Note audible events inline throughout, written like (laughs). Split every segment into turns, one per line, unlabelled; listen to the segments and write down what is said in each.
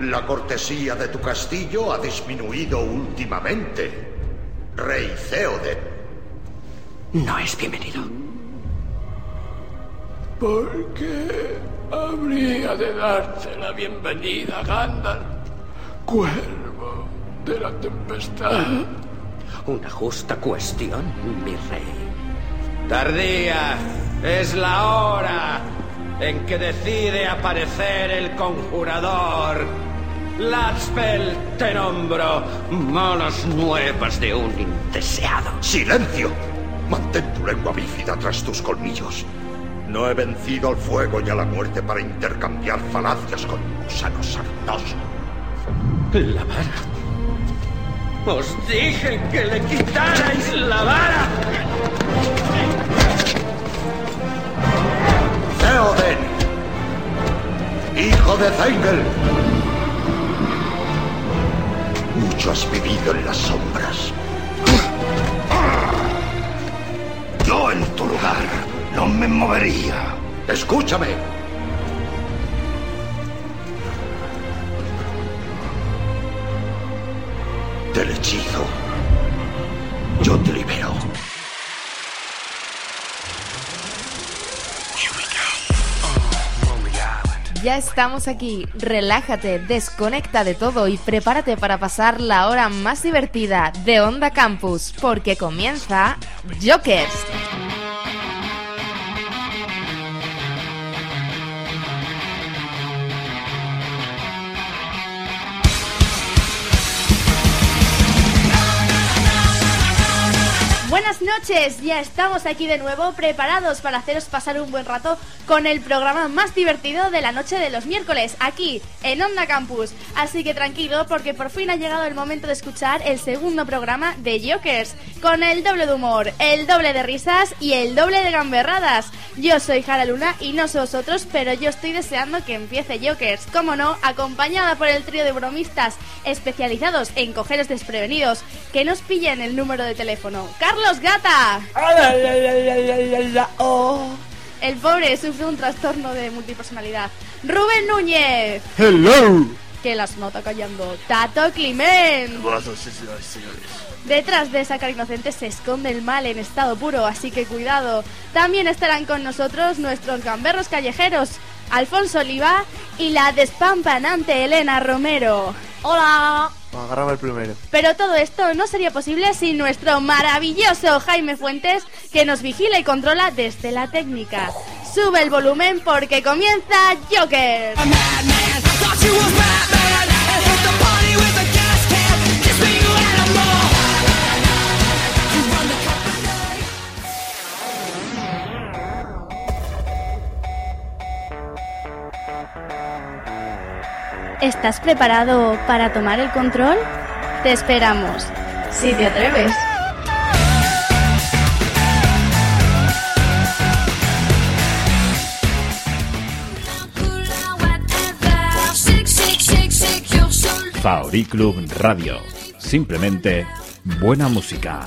La cortesía de tu castillo ha disminuido últimamente, Rey Theoden.
No es bienvenido.
¿Por qué habría de darte la bienvenida, Gandalf? Cuervo de la tempestad.
Una justa cuestión, mi rey.
Tardía, es la hora en que decide aparecer el conjurador. Lazpel, te nombro malas nuevas de un indeseado.
¡Silencio! Mantén tu lengua bífida tras tus colmillos. No he vencido al fuego y a la muerte para intercambiar falacias con un gusano sarnoso.
La vara. Os dije que le quitarais la vara.
Theoden, hijo de Zengel. Mucho has vivido en las sombras. Yo en tu lugar no me movería. Escúchame. Del hechizo. Yo te libero.
Ya estamos aquí. Relájate, desconecta de todo y prepárate para pasar la hora más divertida de Onda Campus, porque comienza Jokers.
Buenas noches, ya estamos aquí de nuevo preparados para haceros pasar un buen rato con el programa más divertido de la noche de los miércoles, aquí en Onda Campus. Así que tranquilo porque por fin ha llegado el momento de escuchar el segundo programa de Jokers, con el doble de humor, el doble de risas y el doble de gamberradas. Yo soy Jara Luna y no sé vosotros, pero yo estoy deseando que empiece Jokers, como no, acompañada por el trío de bromistas especializados en cogeros desprevenidos, que nos pillen el número de teléfono. Carlos Gata. El pobre sufre un trastorno de multipersonalidad. Rubén Núñez. Hello. Que las nota callando. Tato Climent. Detrás de esa cara inocente se esconde el mal en estado puro, así que cuidado. También estarán con nosotros nuestros gamberros callejeros, Alfonso Oliva y la despampanante Elena Romero. ¡Hola!
Agárrame el primero.
Pero todo esto no sería posible sin nuestro maravilloso Jaime Fuentes, que nos vigila y controla desde la técnica. Sube el volumen porque comienza Joker. ¿Estás preparado para tomar el control? Te esperamos.
Si te atreves.
Faori Club Radio. Simplemente buena música.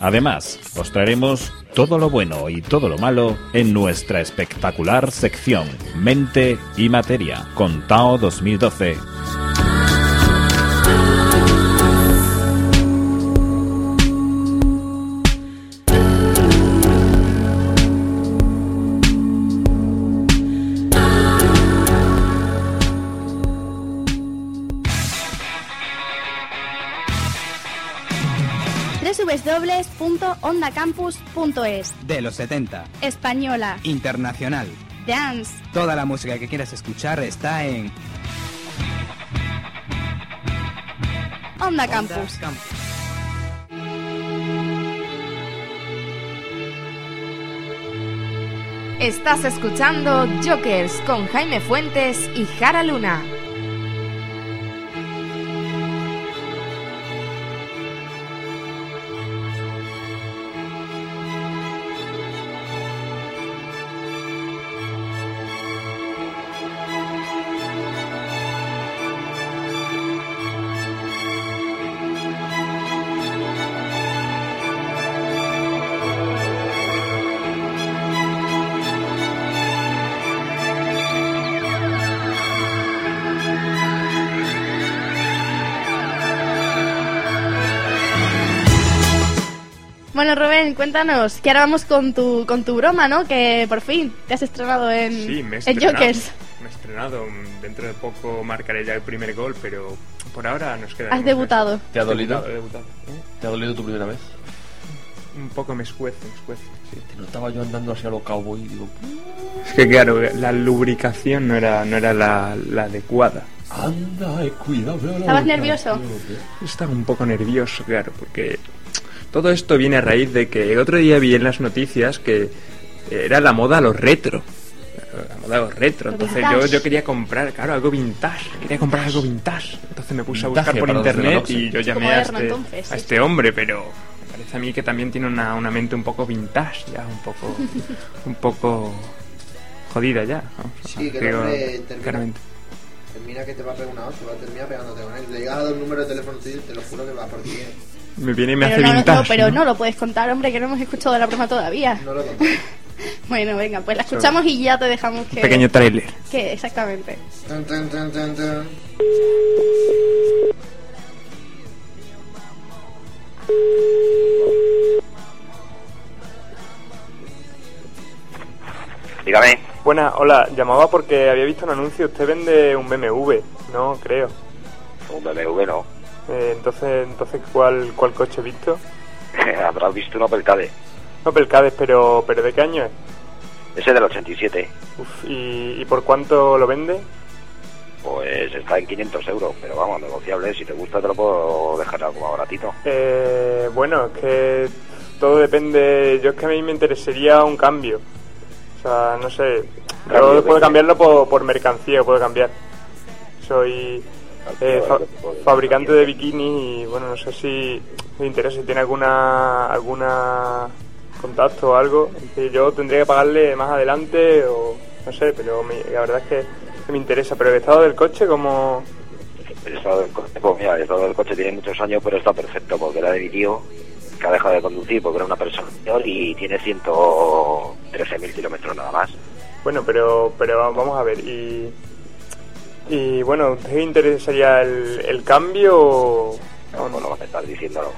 Además, os traeremos todo lo bueno y todo lo malo en nuestra espectacular sección Mente y Materia con Tao 2012.
www.ondacampus.es
De los 70.
Española.
Internacional.
Dance.
Toda la música que quieras escuchar está en
Onda Campus.
Estás escuchando Jokers con Jaime Fuentes y Jara Luna.
Bueno, Rubén, cuéntanos, que ahora vamos con tu, con tu broma, ¿no? Que por fin te has estrenado en,
Sí, me
en
he estrenado.
Jokers.
Me he estrenado. Dentro de poco marcaré ya el primer gol, pero por ahora nos queda.
Has debutado.
¿Te ha dolido?
He debutado. ¿eh?
¿Te ha dolido tu primera vez?
Un poco me escuece, me escuece. Sí.
Te notaba yo andando hacia lo cowboy y digo,
Es que claro, la lubricación no era, no era la, la adecuada.
anda, eh, cuidado. veo la
¿Estabas
boca".
nervioso?
Estaba un poco nervioso, claro, porque todo esto viene a raíz de que el otro día vi en las noticias que era la moda a lo retro. La moda a lo retro.
Lo
Entonces
vintage.
yo, yo quería comprar, claro, algo vintage. Quería comprar algo vintage. Entonces me puse a
Vintage
buscar por
para los de la
internet
noche.
y yo llamé a
Moderno,
este,
entonces,
a
sí.
este hombre, pero me parece a mí que también tiene una, una mente un poco vintage, ya un
(laughs)
poco. un poco. jodida ya. vamos,
Sí, que el
digo,
hombre termina-
claramente.
Termina que te va a pegar una hostia, va a terminar pegándote con él. Le llegas a dar un número de teléfono tuyo y te lo juro que va por ti. eh.
Me viene y me
Pero
hace
no, no,
vintage.
no, pero
¿no?
no lo puedes contar, hombre, que no hemos escuchado la broma todavía.
No
(laughs)
lo conté.
Bueno, venga, pues la escuchamos y ya te dejamos que...
Un pequeño tráiler.
que exactamente.
Tan, tan, tan, tan, tan.
Dígame.
Buena, hola, llamaba porque había visto un anuncio, usted vende un BMW, ¿no? Creo.
Un BMW no.
Eh, entonces, entonces ¿cuál, ¿cuál coche he visto?
(laughs) Habrás visto un Opel Kadett.
No, Pelcades, pero, pero ¿de qué año es?
Ese del 87.
Uf, ¿y, y por cuánto lo vende?
Pues está en 500 euros, pero vamos, negociable. Si te gusta te lo puedo dejar algo más baratito.
Eh, bueno, es que todo depende, yo es que a mí me interesaría un cambio. O sea, no sé,
Cambio de
yo puedo
qué?
cambiarlo por, por mercancía, puedo cambiar. Soy eh, fa- fabricante de bikini y bueno, no sé si me interesa, si tiene alguna alguna contacto o algo. que Yo tendría que pagarle más adelante o no sé, pero me- la verdad es que, que me interesa. Pero el estado del coche, como...
El estado del coche, pues mira, el estado del coche tiene muchos años, pero está perfecto porque era de mi tío, que ha dejado de conducir porque era una persona mayor y tiene 113.000 kilómetros nada más.
Bueno, pero, pero vamos a ver. Y, y bueno, ¿usted interesaría el, el cambio o...?
No, no lo vas a estar diciéndolo.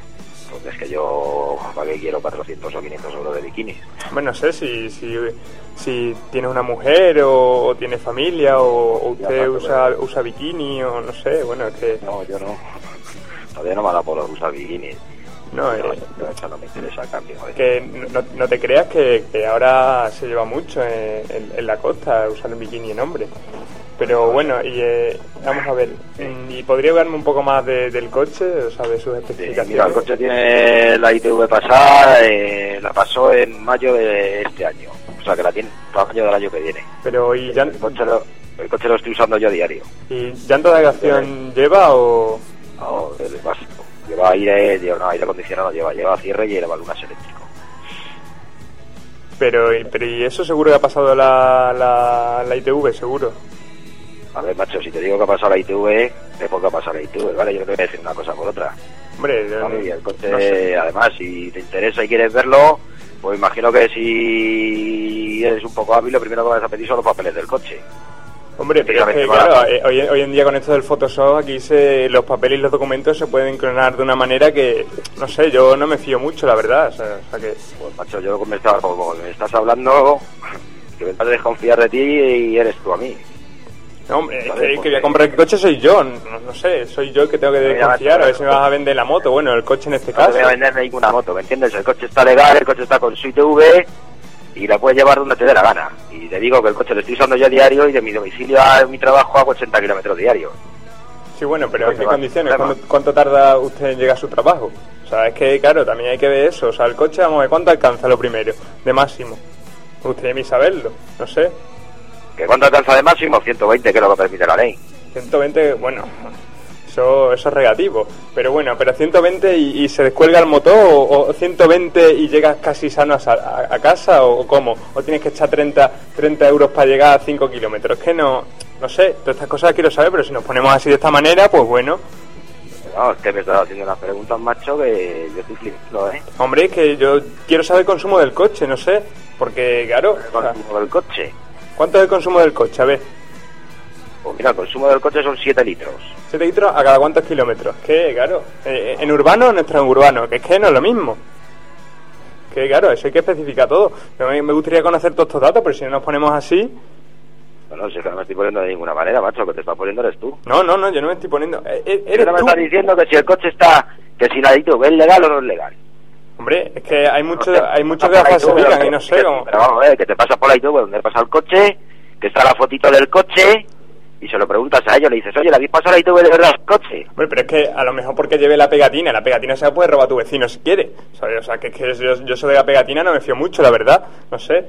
Porque es que yo, ¿para qué quiero 400 o 500 euros de bikinis?
Bueno, no sé si, si, si tienes una mujer o, o tienes familia o, o
Ya,
usted
claro,
usa,
claro.
usa bikini o no sé, bueno, es que...
No, yo no. Todavía no me ha dado por usar bikinis.
No, eh,
no, eso no me interesa a cambio. eh. a ver.
que no, no te creas que, que ahora se lleva mucho en, en- en la costa usar un bikini en hombre. Pero bueno, y eh, vamos a ver, mm, ¿y podría hablarme un poco más de- del coche, o sea, de sus
Sí,
especificaciones?
mira, el coche tiene la ITV pasada, eh, la pasó en mayo de este año. O sea, que la tiene para mayo del año que viene.
Pero, ¿y llan-
El coche lo, el coche lo estoy usando yo a diario.
¿Y llanto de acción lleva o...?
No, el básico. Lleva aire, lleva no, aire acondicionado, lleva, lleva cierre y el balunas eléctrico.
Pero, pero y eso seguro que ha pasado la, la, la ITV, seguro.
A ver, macho, si te digo que ha pasado la ITV, es porque ha pasado la ITV, ¿vale? Yo no te voy a decir una cosa por otra.
Hombre,
¿vale? Y el coche,
no sé.
además, si te interesa y quieres verlo, pues imagino que si eres un poco hábil, lo primero que vas a pedir son los papeles del coche.
Hombre, pero es que,
Efectivamente,
claro,
barato.
eh, hoy, hoy en día con esto del Photoshop, aquí se, los papeles y los documentos se pueden clonar de una manera que, no sé, yo no me fío mucho, la verdad. O sea, o sea que,
Pues macho, yo me estaba, como me estás hablando, (laughs) que me estás a desconfiar de ti y eres tú a mí.
no, hombre, es
Vale,
que, el
pues
que voy a
sí.
comprar el coche soy yo, no, no sé, soy yo el que tengo que
Mira,
desconfiar, a ver
macho,
si me vas a vender la moto, bueno, el coche en este
No te
caso.
voy a vender ninguna moto, ¿me entiendes? El coche está legal, el coche está con su ITV y la puedes llevar donde te dé la gana. Y te digo que el coche lo estoy usando yo a diario y de mi domicilio a mi trabajo hago 80 kilómetros diarios.
Sí, bueno, pero ¿en
Venga,
qué
va,
condiciones?
venga.
¿Cuánto, cuánto tarda usted en llegar a su trabajo? O sea, es que, claro, también hay que ver eso. O sea, el coche, vamos a ver, ¿cuánto alcanza lo primero? De máximo. Usted debe saberlo, no sé.
¿Que cuánto alcanza de máximo? 120, que es lo que permite la ley.
120, bueno, eso, eso es relativo. Pero bueno, pero 120 y, y se descuelga el motor, o, o 120 y llegas casi sano a, sa- a- a casa, o, o cómo? ¿O tienes que echar 30, 30 euros para llegar a 5 kilómetros? Es que no, no sé, todas estas cosas las quiero saber, pero si nos ponemos así de esta manera, pues bueno.
No, es que me estás haciendo unas preguntas, macho, que yo estoy flipando, ¿eh?
Hombre, es que yo quiero saber el consumo del coche, no sé. Porque, claro,
El
o sea,
consumo del coche.
¿cuánto es el consumo del coche? A ver,
Pues mira, el consumo del coche son 7 litros.
7 litros a cada cuántos kilómetros. Que, claro, eh, en urbano o en extraurbano, que es que no es lo mismo. que claro, eso hay que especificar todo. Pero me, me gustaría conocer todos estos datos, pero si no nos ponemos así,
Bueno, si es que no me estoy poniendo de ninguna manera, macho, que te está poniendo eres tú.
no, no, no, yo no me estoy poniendo. Eh, eh,
Pero
eres
me
tú.
estás diciendo que si el coche está, que si la ITV es legal o no es legal.
Hombre, es que hay mucho,
No sé,
hay
no
muchos que
sé,
se
pero-
digan y no sé cómo.
Pero vamos a ver, que te pasas por pues. la ITV donde pasa el coche, que está la fotito del coche, y se lo preguntas a ellos, le dices, oye, ¿le habéis pasado la ITV de verdad al coche?
Hombre, pero es que a lo mejor porque lleve la pegatina, la pegatina se la puede robar tu vecino si quiere. ¿sabes? O sea, que, que yo, yo eso de la pegatina no me fío mucho, la verdad. No sé.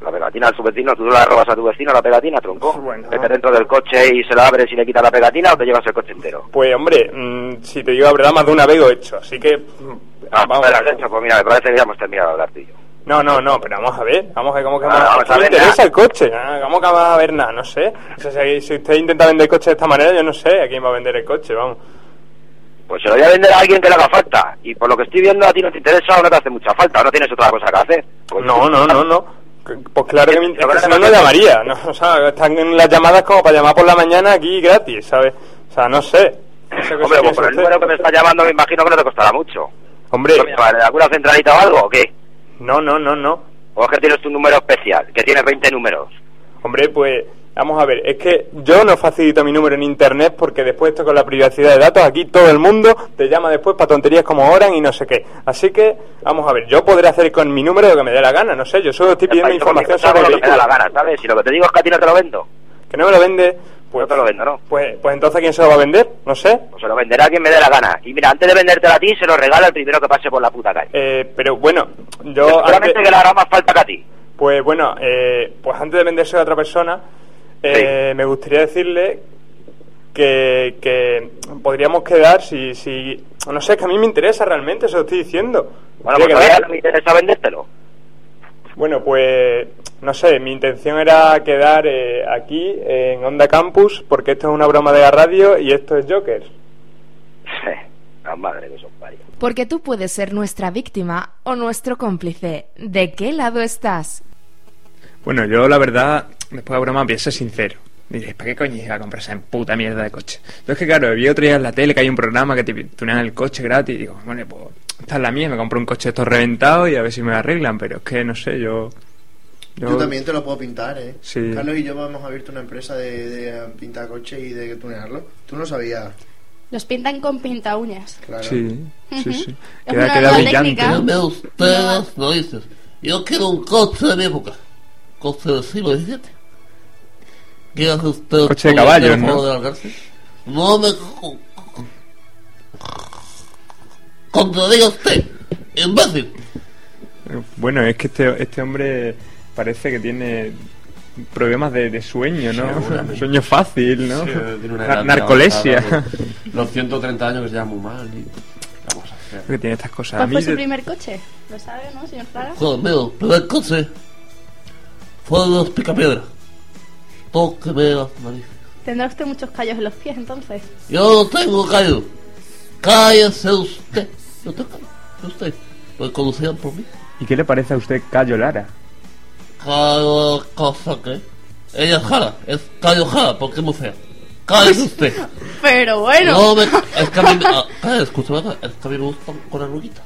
La pegatina a tu vecino, tú la robas a tu vecino la pegatina, tronco. Vete dentro del coche y se la abres y le quitas la pegatina o te llevas el coche entero.
Pues hombre, mm, si te digo la verdad, más de una vez lo he hecho. Así que... mm,
Ah, vale, de hecho, pues mira, me parece que ya hemos terminado de hablar tú y yo.
No, no, no, pero vamos a ver. Vamos a ver cómo que...
Ah,
vamos-
vamos a
¿Qué
ver,
le interesa
nada.
el coche? Ah, ¿Cómo que va a ver nada? No sé. O sea, si, si usted intenta vender el coche de esta manera, yo no sé a quién va a vender el coche, vamos.
Pues se lo voy a vender a alguien que le haga falta. Y por lo que estoy viendo, a ti no te interesa o no te hace mucha falta, o no tienes otra cosa que hacer. Pues
No,
tú-
no, no, no. Que- Pues claro que, me, es
Pero
que
ahora
si
no
no, no
te-
llamaría. No, o sea, están en las llamadas como para llamar por la mañana aquí gratis, ¿sabes? O sea, no sé. No sé qué
Hombre, pues
se piensa
por el
usted.
número que me está llamando me imagino que no te costará mucho.
Hombre,
¿Qué me llamas, ¿De alguna centralita o algo o qué?
no, no, no, no.
¿O es que tienes un número especial, que tienes 20 números?
Hombre, pues vamos a ver. Es que yo no facilito mi número en internet porque después esto con la privacidad de datos, aquí todo el mundo te llama después para tonterías como Oran y no sé qué. Así que, vamos a ver, yo podré hacer con mi número lo que me dé la gana, no sé. Yo solo estoy pidiendo
País conmigo,
información
te hago
sobre el
lo que me da
vehículo.
la gana, ¿sabes? Si lo que te digo es que a ti no te lo vendo,
Que no me lo vende, pues,
no te lo vendo, ¿no?
pues, pues entonces ¿quién se lo va a vender? No sé.
Pues se lo venderá a quien me dé la gana. Y mira, antes de vendértelo a ti, se lo regala al primero que pase por la puta calle.
Eh, pero bueno, yo...
Seguramente
antes-
que le hará más falta que a ti.
Pues bueno, eh, pues antes de venderse a otra persona, eh, me gustaría decirle que, que podríamos quedar si, si... No sé, es que a mí me interesa realmente, eso estoy diciendo.
Bueno,
Podría
pues todavía
quedar.
no me interesa vendértelo.
Bueno, pues no sé, mi intención era quedar eh, aquí eh, en Onda Campus porque esto es una broma de la radio y esto es Joker.
(laughs) la madre que son varios.
Porque tú puedes ser nuestra víctima o nuestro cómplice. ¿De qué lado estás?
Bueno, yo la verdad, después de broma, pienso sincero. Diréis, ¿para qué coño iba a comprar esa puta mierda de coche? Yo es que, claro, vi otro día en la tele que hay un programa que te tunean el coche gratis y digo, bueno, pues esta es la mía, me compro un coche de estos reventados y a ver si me lo arreglan, pero es que no sé, yo.
Yo... también te lo puedo pintar, ¿eh?
Sí.
Carlos y yo vamos a abrirte una empresa de, de pintar coches y de tunearlo. Tú no sabías,
Los pintan con pinta uñas.
claro.
Sí, sí, sí.
Es
Queda,
una
queda
nueva
brillante.
técnica.
Dame ustedes narices. Yo quiero un coche de mi época. Coche del siglo XVII. ¿Qué hace usted?
Coche de
con el
caballos,
teléfono
¿no?
de la cárcel? No me...
(laughs)
co- co- Contradiga usted, imbécil.
Bueno, es que este, este hombre parece que tiene problemas de, de sueño, ¿no?
Seguramente.
(laughs) sueño fácil, ¿no?
Sí, tiene una
Nar-
edad ya
narcolepsia.
avanzada, pues, Los 130 años que se llevan muy mal. Y... Vamos a hacer.
que tiene estas cosas. A
¿Cuál
mí
fue su
de-
primer coche? ¿Lo sabe, no, señor Fraga?
Joder, mío, pero el coche fue de los picapiedras. Tóqueme las narices.
Tendrá usted muchos callos en los pies, entonces.
Yo no tengo callo. Cállese usted. Yo tengo callo. Usted. Me conocían por mí.
(laughs) ¿Y qué le parece a usted Cayo Lara?
Cada cosa que. Ella es jara, es callo jara, porque es muy fea. Cállese usted.
Pero bueno,
No me. Es que a mí. me- ah, cállese, escúchame, es que a mí me gustan con arruguitas.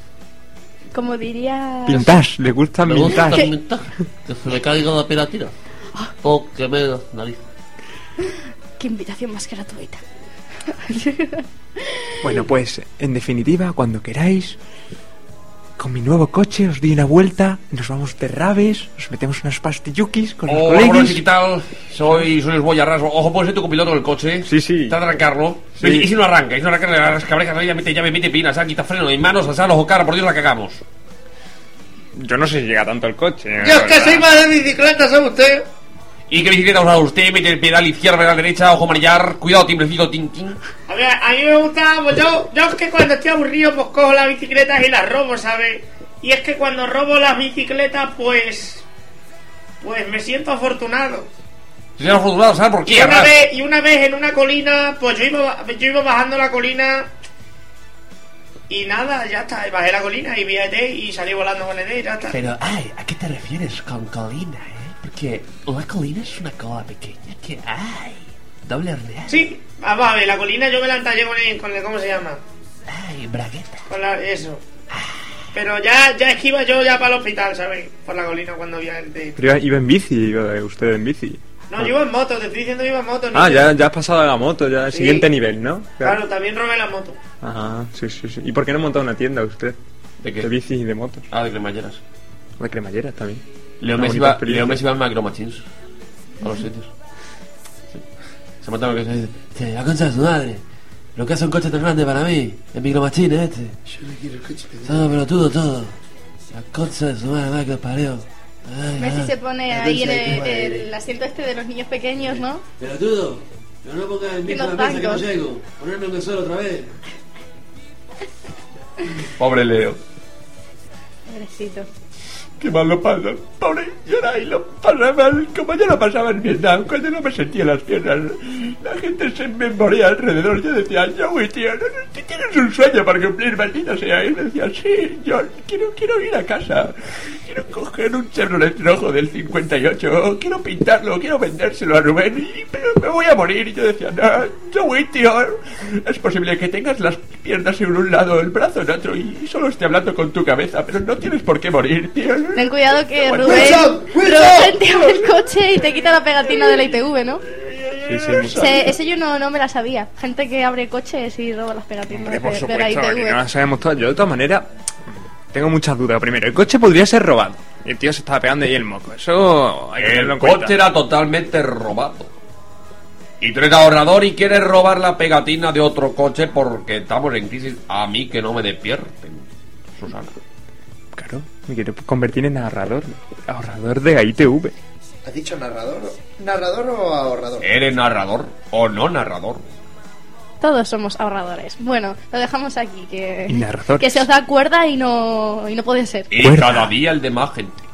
(laughs) como diría...
Vintage, le gusta
Me gustan
vintage.
vintage. Que se le caiga la piratina. Porque me da nariz.
Qué invitación más gratuita.
Bueno, pues en definitiva, cuando queráis, con mi nuevo coche os doy una vuelta, nos vamos de rabes, nos metemos unas pastillukis con
Oh,
los
Hola, buenas,
colegas.
¿qué tal? Soy, soy el Boyarras. Ojo, puede ser tu copiloto del coche. Sí, sí. Trata de arrancarlo.
Sí.
Y, y si no arranca, y si no arranca, le arrasca orejas, le mete llave, mete pinas, ah, quita freno, y manos, asá, ojo, cara, por Dios, la cagamos.
Yo no sé si llega tanto el coche.
Yo es que soy
más de bicicleta, ¿sabe usted?
¿Y qué bicicleta usa usted? Mete el pedal izquierdo, pedal derecha, ojo manillar. Cuidado, timbrecito, tin, tin.
A ver, a mí me gusta, pues yo, yo es que cuando estoy aburrido, pues cojo las bicicletas y las robo, ¿sabes? Y es que cuando robo las bicicletas, pues. Pues me siento afortunado.
Señor afortunado, ¿sabes por
Y
qué?
una,
Arras?
vez, y una vez en una colina, pues yo iba, yo iba bajando la colina. Y nada, ya está, y bajé la colina y vi a ET y salí volando con ET y ya está.
Pero, ay, ¿a qué te refieres con colina, eh? Porque una colina es una cola pequeña que, ay, doble real.
Sí, ah, vamos a ver, la colina yo me la entallé con el, con el- ¿cómo se llama?
Ay, bragueta.
Con la, eso. Pero ya, ya es que iba yo ya para el hospital, ¿sabes? Por la colina cuando había el de...
Pero iba- iba en bici, iba usted en bici.
No, yo iba en moto, te estoy diciendo que iba en moto.
Ah,
niño.
ya, ya has pasado a la moto, ya al
Sí.
siguiente nivel, ¿no?
Claro, también robé la moto.
Ajá, sí, sí, sí. ¿Y por qué no ha montado una tienda usted? ¿De qué? De bicis y de motos.
Ah, de cremalleras.
De cremalleras también.
Leo
Una
Messi
Ah, bonita
va,
experiencia.
Leo Messi va al Macro Machines. A los sitios. Sí. Se mata lo que se dice.
Te la concha de su madre. Lo que hace un coche tan grande para mí. El micromachín este.
Yo no quiero el coche
Todo pelotudo, todo. La concha de su madre, madre que os parió. Ay,
Messi
ay.
se pone
La
ahí en
concha de tu
el,
madre.
el asiento este de los niños pequeños, ¿no?
Pelotudo, no lo pongas en micro
Los
en la mesa que no
tacos.
llego. Ponerme un solo otra vez.
Pobre Leo.
Pobrecito.
Qué mal lo pasa. Pobre llora y lo pasa mal. Como yo lo pasaba en Vietnam, cuando no me sentía las piernas. La gente se me moría alrededor. Yo decía, Joey, tío, no, no, tú tienes un sueño para cumplir, maldita sea. Y me decía, sí, yo quiero, quiero ir a casa. Quiero coger un Chevrolet rojo del 58. Quiero pintarlo, quiero vendérselo a Rubén. y- pero me voy a morir. Y yo decía, no, Joey, tío, es posible que tengas las piernas en un lado, el brazo en otro. Y solo esté hablando con tu cabeza, pero no tienes por qué morir, tío.
Ten cuidado que
Bueno,
Rubén,
Wilson,
Rubén te abre el coche y te quita la pegatina de la ITV, ¿no?
Sí, sí,
Ese, ese yo no, no me la sabía. Gente que abre coches y roba las pegatinas
Hombre, por
de, de la
supuesto, que no
ITV.
la sabemos todas. Yo, de todas maneras, tengo muchas dudas. Primero, el coche podría ser robado. Y el tío se estaba pegando ahí el moco. Eso hay que tenerlo
El
en cuenta.
coche era totalmente robado. Y tú eres ahorrador y quieres robar la pegatina de otro coche porque estamos en crisis. A mí que no me despierten, Susana.
Claro, me quiero convertir en narrador. Ahorrador de la ITV.
¿Has dicho narrador? ¿Narrador o ahorrador?
¿Eres narrador o no narrador?
Todos somos ahorradores. Bueno, lo dejamos aquí. Que,
Y narradores.
que se os da cuerda y no, y no puede ser.
Y cada día el de más gente.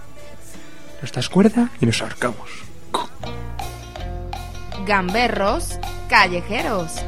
Nuestras cuerda y nos ahorcamos.
Gamberros callejeros.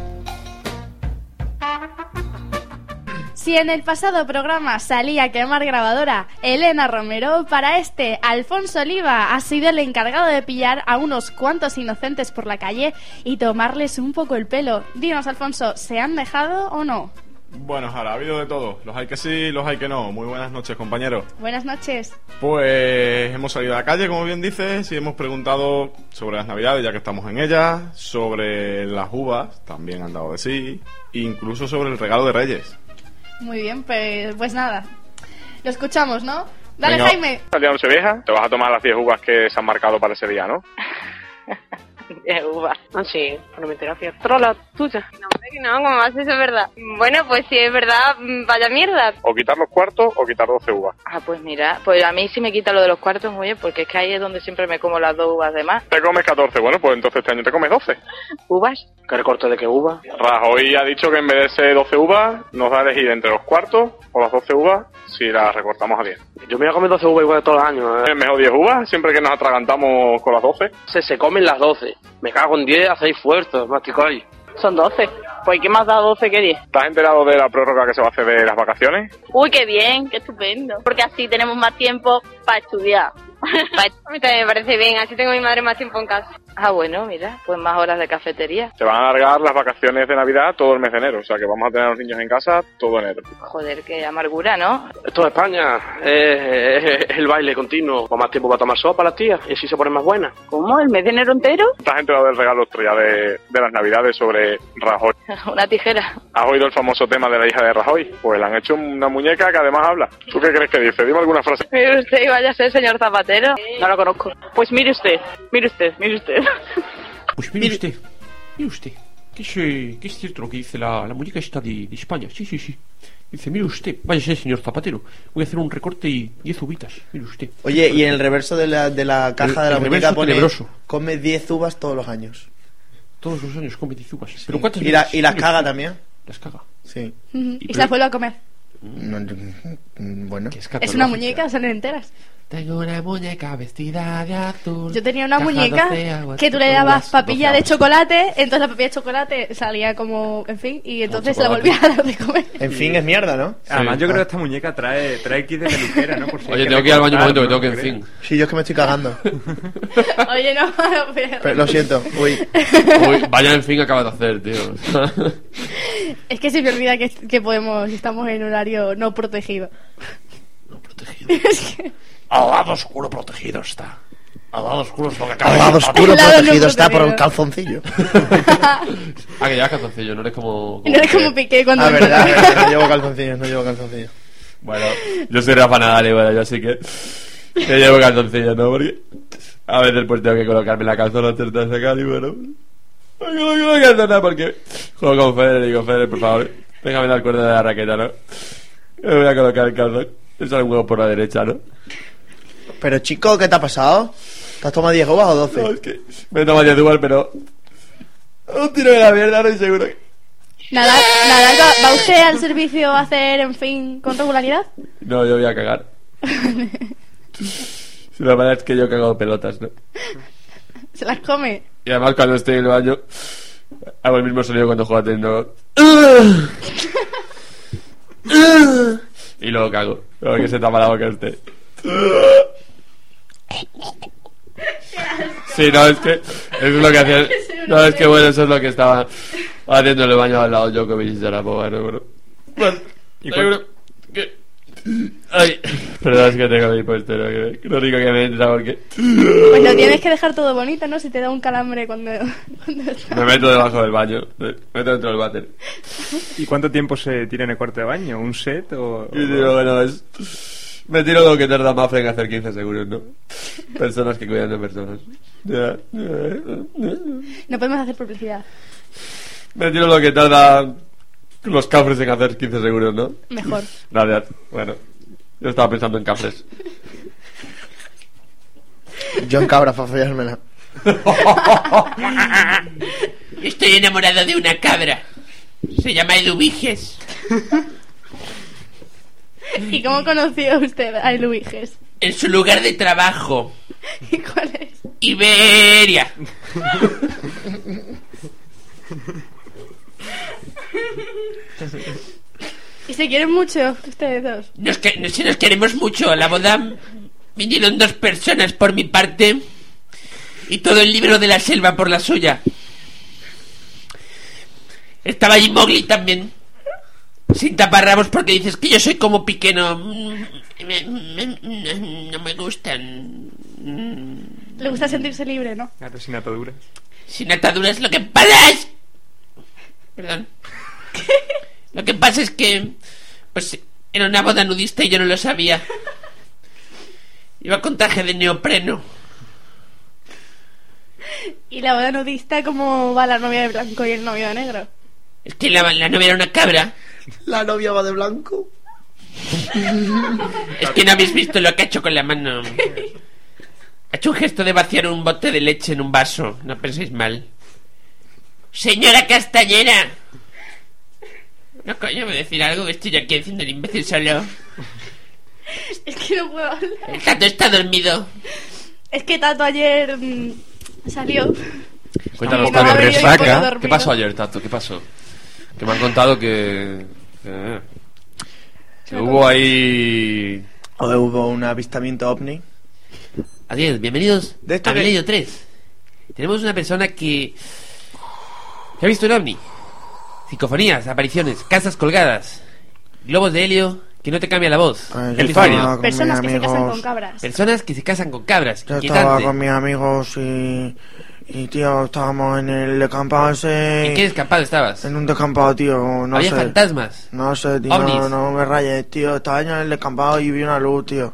Si en el pasado programa salía a quemar grabadora Elena Romero, para este Alfonso Oliva ha sido el encargado de pillar a unos cuantos inocentes por la calle y tomarles un poco el pelo. Dinos, Alfonso, ¿se han dejado o no?
Bueno, Jara, ha habido de todo. Los hay que sí, los hay que no. Muy buenas noches, compañeros.
Buenas noches.
Pues hemos salido a la calle, como bien dices, y hemos preguntado sobre las navidades, ya que estamos en ellas, sobre las uvas, también han dado de sí, incluso sobre el regalo de Reyes.
Muy bien, pues, pues nada. Lo escuchamos, ¿no? Dale,
Venga.
Jaime.
Santiago Sevilla, te vas a tomar las 10 uvas que se han marcado para ese día,
(laughs)
¿no?
De uva. Ah, No sé, cronometerapia. Pero la tuya.
No, hombre, que no, como más eso es verdad. Bueno, pues si es verdad, mm, vaya mierda.
O quitar los cuartos o quitar 12 uvas.
Ah, pues mira, pues a mí sí me quita lo de los cuartos, oye, porque es que ahí es donde siempre me como las dos uvas de más.
Te comes 14, bueno, pues entonces este año te comes 12.
¿Uvas?
¿Qué recorte de qué uva? Rajoy ha dicho que en vez de ser 12 uvas, nos da a elegir entre los cuartos o las 12 uvas si las recortamos a 10.
Yo me voy a comer 12 uvas igual de todos los años. ¿eh?
Es mejor 10 uvas siempre que nos atragantamos con las 12.
Se, se comen las 12. Me cago en 10, hacéis fuertes, masticáis.
Son 12. Pues ¿qué más da 12 que 10?
¿Estás enterado de la prórroga que se va a hacer de las vacaciones?
Uy, qué bien, qué estupendo. Porque así tenemos más tiempo para
(laughs)
estudiar. A mí también me parece bien, así tengo a mi madre más tiempo en casa.
Ah, bueno, mira, pues más horas de cafetería.
Se van a alargar las vacaciones de Navidad todo el mes de enero, o sea que vamos a tener a los niños en casa todo enero.
Joder, qué amargura, ¿no?
Esto es España, es, es- es el baile continuo. Con más tiempo para tomar sopa las tías, y así se ponen más buenas.
¿Cómo? ¿El mes de enero entero? (laughs)
¿Estás enterado del regalo estrella de, de las Navidades sobre Rajoy?
Una tijera.
¿Has oído el famoso tema de la hija de Rajoy? Pues le han hecho una muñeca que además habla. ¿Tú qué crees que dice? Dime alguna frase.
Mire usted, vaya a ser señor zapatero. No lo conozco. Pues mire usted, mire usted, mire usted.
Pues mire usted, mire usted. ¿Qué es, eh, qué es cierto lo que dice la, la muñeca esta de, de España? Sí, sí, sí. Dice, mire usted, váyase, señor Zapatero. Voy a hacer un recorte y 10 uvitas, mire usted.
Oye, y en el reverso de la, de la caja
El-
de
el
la muñeca
reverso
pone
tenebroso.
come 10 uvas todos los años.
Todos los años come 10 uvas. ¿Pero cuántas
Y, la-
veces?
y las
Mire
caga
usted.
también.
Las caga.
Sí.
Ujú, Y,
pero-
se las vuelve a comer.
No, mm, bueno.
Es una muñeca, salen enteras.
Tengo una muñeca vestida de azul.
Yo tenía una
Caja
muñeca
12 aguas,
que tú le
doce
dabas
aguas, doce
papilla de
aguas.
chocolate, entonces la papilla de chocolate salía como, en fin, y entonces la
chocolate.
volvía a dar de comer.
En fin, es mierda, ¿no?
Además, yo
Ah.
creo que esta muñeca trae, trae kit de peluquera, ¿no? Por si hay
Oye, tengo que ir al baño un momento, que
recortar,
tengo que,
¿no?
en fin.
Sí, yo es que me estoy cagando.
Oye, no, (laughs) pero-
Pero lo siento.
(laughs)
Uy.
Uy, vaya en fin acabas de hacer, tío.
Es que se me olvida que, que podemos, que estamos en horario no protegido.
protegido. (laughs) Al lado oscuro protegido está. Al lado oscuro es lo que acaba
Al
de
lado
contar.
oscuro protegido está por el
(laughs)
calzoncillo.
Ah, que llevas calzoncillo, no eres como.
(laughs) No eres como Piqué cuando... (laughs)
Ah, verdad, verdad, no llevo calzoncillos, no llevo calzoncillos.
Bueno, yo soy Rafa Nadal y bueno, yo así que. Yo llevo calzoncillos, ¿no? Porque. A veces pues tengo que colocarme la calzona cerca de sacar y bueno. No quiero no quiero hacer nada porque. Juego con Federer y digo, Federer, por favor, déjame dar cuerda de la raqueta, ¿no? Me voy a colocar el calzón. Eso sale un huevo por la derecha, ¿no?
Pero chico, ¿qué te ha pasado? ¿Te has tomado 10 uvas o 12?
No, es que me toma 10 igual, pero. Un tiro de la mierda, ahora estoy seguro. que-
Nada, nada, ¿va- ¿va usted al servicio a hacer, en fin, con regularidad?
No, yo voy a cagar. La verdad es que yo cago pelotas, ¿no?
Se las come.
Y además cuando estoy en el baño hago el mismo sonido cuando juego a tenis, ¿no? Y luego cago. Porque se tapa la boca este. Sí, no, es que eso es lo que
(laughs)
hacía. No, es que bueno, eso es lo que estaba haciendo en el baño al lado yo con mi Sharapova, ¿no? Bueno, bueno,
¿Y
seguro que- Ay, perdón, es que tengo mi puesto, ¿no? Que- que Lo rico que me entra porque
Pues lo tienes que dejar todo bonito, ¿no? Si te da un calambre cuando... (laughs) cuando está-
me meto debajo del baño. Me meto dentro del váter.
¿Y cuánto tiempo se tira en el cuarto de baño? ¿Un set o...?
Y digo, bueno, es... Me tiro lo que tarda más en hacer 15 seguros, ¿no? Personas que cuidan de personas. Ya, ya.
No podemos hacer publicidad.
Me tiro lo que tarda los cafres en hacer 15 seguros, ¿no?
Mejor.
Gracias. Bueno, yo estaba pensando en cafres.
John Cabra, para follármela.
Estoy enamorado de una cabra. Se llama Eduviges.
¿Y cómo conoció usted a Luiges?
En su lugar de trabajo.
(laughs) ¿Y cuál es?
Iberia.
¿Y se quieren mucho ustedes dos?
Nos que, nos- nos queremos mucho. A la boda vinieron dos personas por mi parte y todo el libro de la selva por la suya. Estaba allí Mowgli también. Sin taparrabos porque dices que yo soy como piqueno. No me gustan.
Le gusta sentirse libre, ¿no?
Gato sin ataduras.
Sin ataduras lo que pasa es... Perdón. Lo que pasa es que... Pues era una boda nudista y yo no lo sabía. Iba con traje de neopreno.
¿Y la boda nudista cómo va la novia de blanco y el novio de negro?
Es que la, la novia era una cabra.
La novia va de blanco.
Es que no habéis visto lo que ha hecho con la mano. Ha hecho un gesto de vaciar un bote de leche en un vaso. No penséis mal. Señora Castañera. No coño, me decir algo que estoy yo aquí haciendo el imbécil solo.
(laughs) Es que no puedo hablar.
El gato está dormido.
Es que Tato ayer mm, salió.
Cuéntanos,
Y no
Tato,
ha venido y
resaca.
un poco dormido.
¿Qué
pasó ayer, Tato? ¿Qué pasó? Que me han contado que.
eh,
que-
que hubo ahí.
Hubo un avistamiento ovni.
Adiós, bienvenidos
De esto
a
que-
Milenio 3. Tenemos una persona que... que ha visto el ovni. Psicofonías, apariciones, casas colgadas, globos de helio que no te cambia la voz.
Ah, yo
El usuario.
estaba con Personas mis que se casan amigos. con
cabras.
Personas que se casan con cabras.
Yo estaba
Inquietante.
con mis amigos y. Y tío, estábamos en el descampado ese.
¿En qué descampado estabas?
En un descampado, tío, no
Había
sé.
fantasmas.
No sé, tío,
Ovnis.
no, no me rayes, Eh, tío. Estaba yo en el descampado y vi una luz, tío.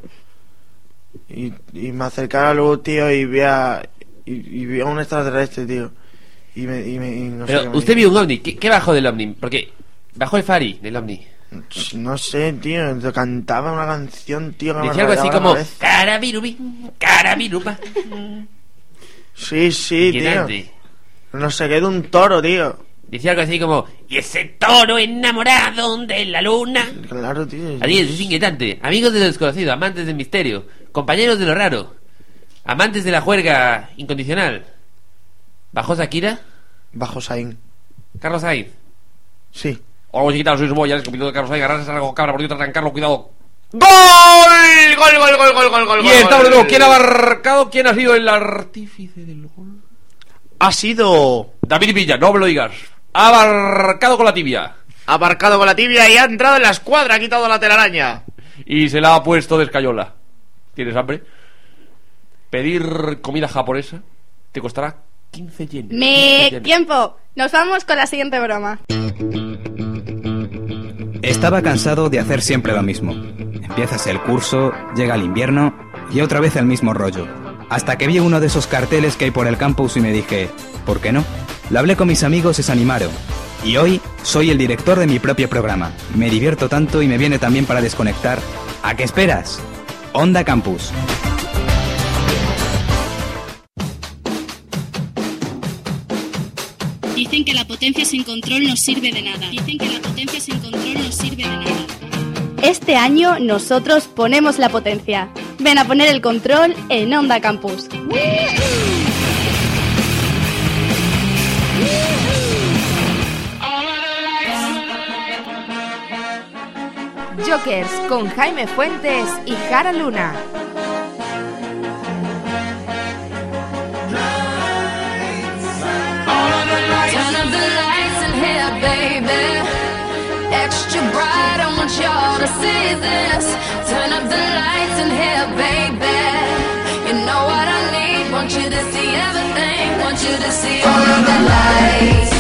Y, y me acerqué a la luz, tío, y vi a. Y, y vi a un extraterrestre, tío. Y me. Y me y no sé. qué
Pero
me
usted
dijo.
vio un ovni. ¿Qué, qué bajó del ovni? Porque bajó el Fari del ovni.
No sé, tío. te Cantaba una canción, tío. que me
Decía algo así
rayaba la
como...
cabeza.
Carabirubi, carabiruba.
Sí, sí, tío.
Inquietante.
No sé qué de un toro, tío.
Decía algo así como... Y ese toro enamorado de la luna.
Claro, tío.
Adiós, es inquietante. Amigos de lo desconocido, amantes del misterio, compañeros de lo raro, amantes de la juerga incondicional. ¿Bajó Shakira?
Bajo Sain.
¿Carlos Sainz?
Sí.
Hola, chiquita, soy Sumo, ya eres compitiendo de Carlos Sainz, agarrarse algo cabra, por ti arrancarlo, cuidado.
¡Gol! ¡Gol, gol, gol, gol, gol, gol!
Y
gol,
estamos de
gol.
nuevo. ¿Quién ha marcado? ¿Quién ha sido el artífice del
gol?
Ha sido.
David Villa, no me lo digas. Ha marcado con la tibia.
Abarcado con la tibia y ha entrado en la escuadra, ha quitado la telaraña.
y se la ha puesto de escayola. ¿Tienes hambre? Pedir comida japonesa te costará 15 yenes.
Mi
15 yenes.
tiempo. Nos vamos con la siguiente broma.
Estaba cansado de hacer siempre lo mismo. Empiezas el curso, llega el invierno y otra vez el mismo rollo. Hasta que vi uno de esos carteles que hay por el campus y me dije, ¿por qué no? Lo hablé con mis amigos y se animaron. Y hoy soy el director de mi propio programa. Me divierto tanto y me viene también para desconectar. ¿A qué esperas? Onda Campus.
Dicen que la potencia sin control no sirve de nada. Dicen que la potencia sin control no sirve de nada.
Este año nosotros ponemos la potencia. Ven a poner el control en Onda Campus.
Jokers con Jaime Fuentes y Jara Luna.
Turn up the lights in here, baby. Extra bright, I want y'all to see this. Turn up the lights in here, baby. You know what I need, want you to see everything, want you to see all of the lights.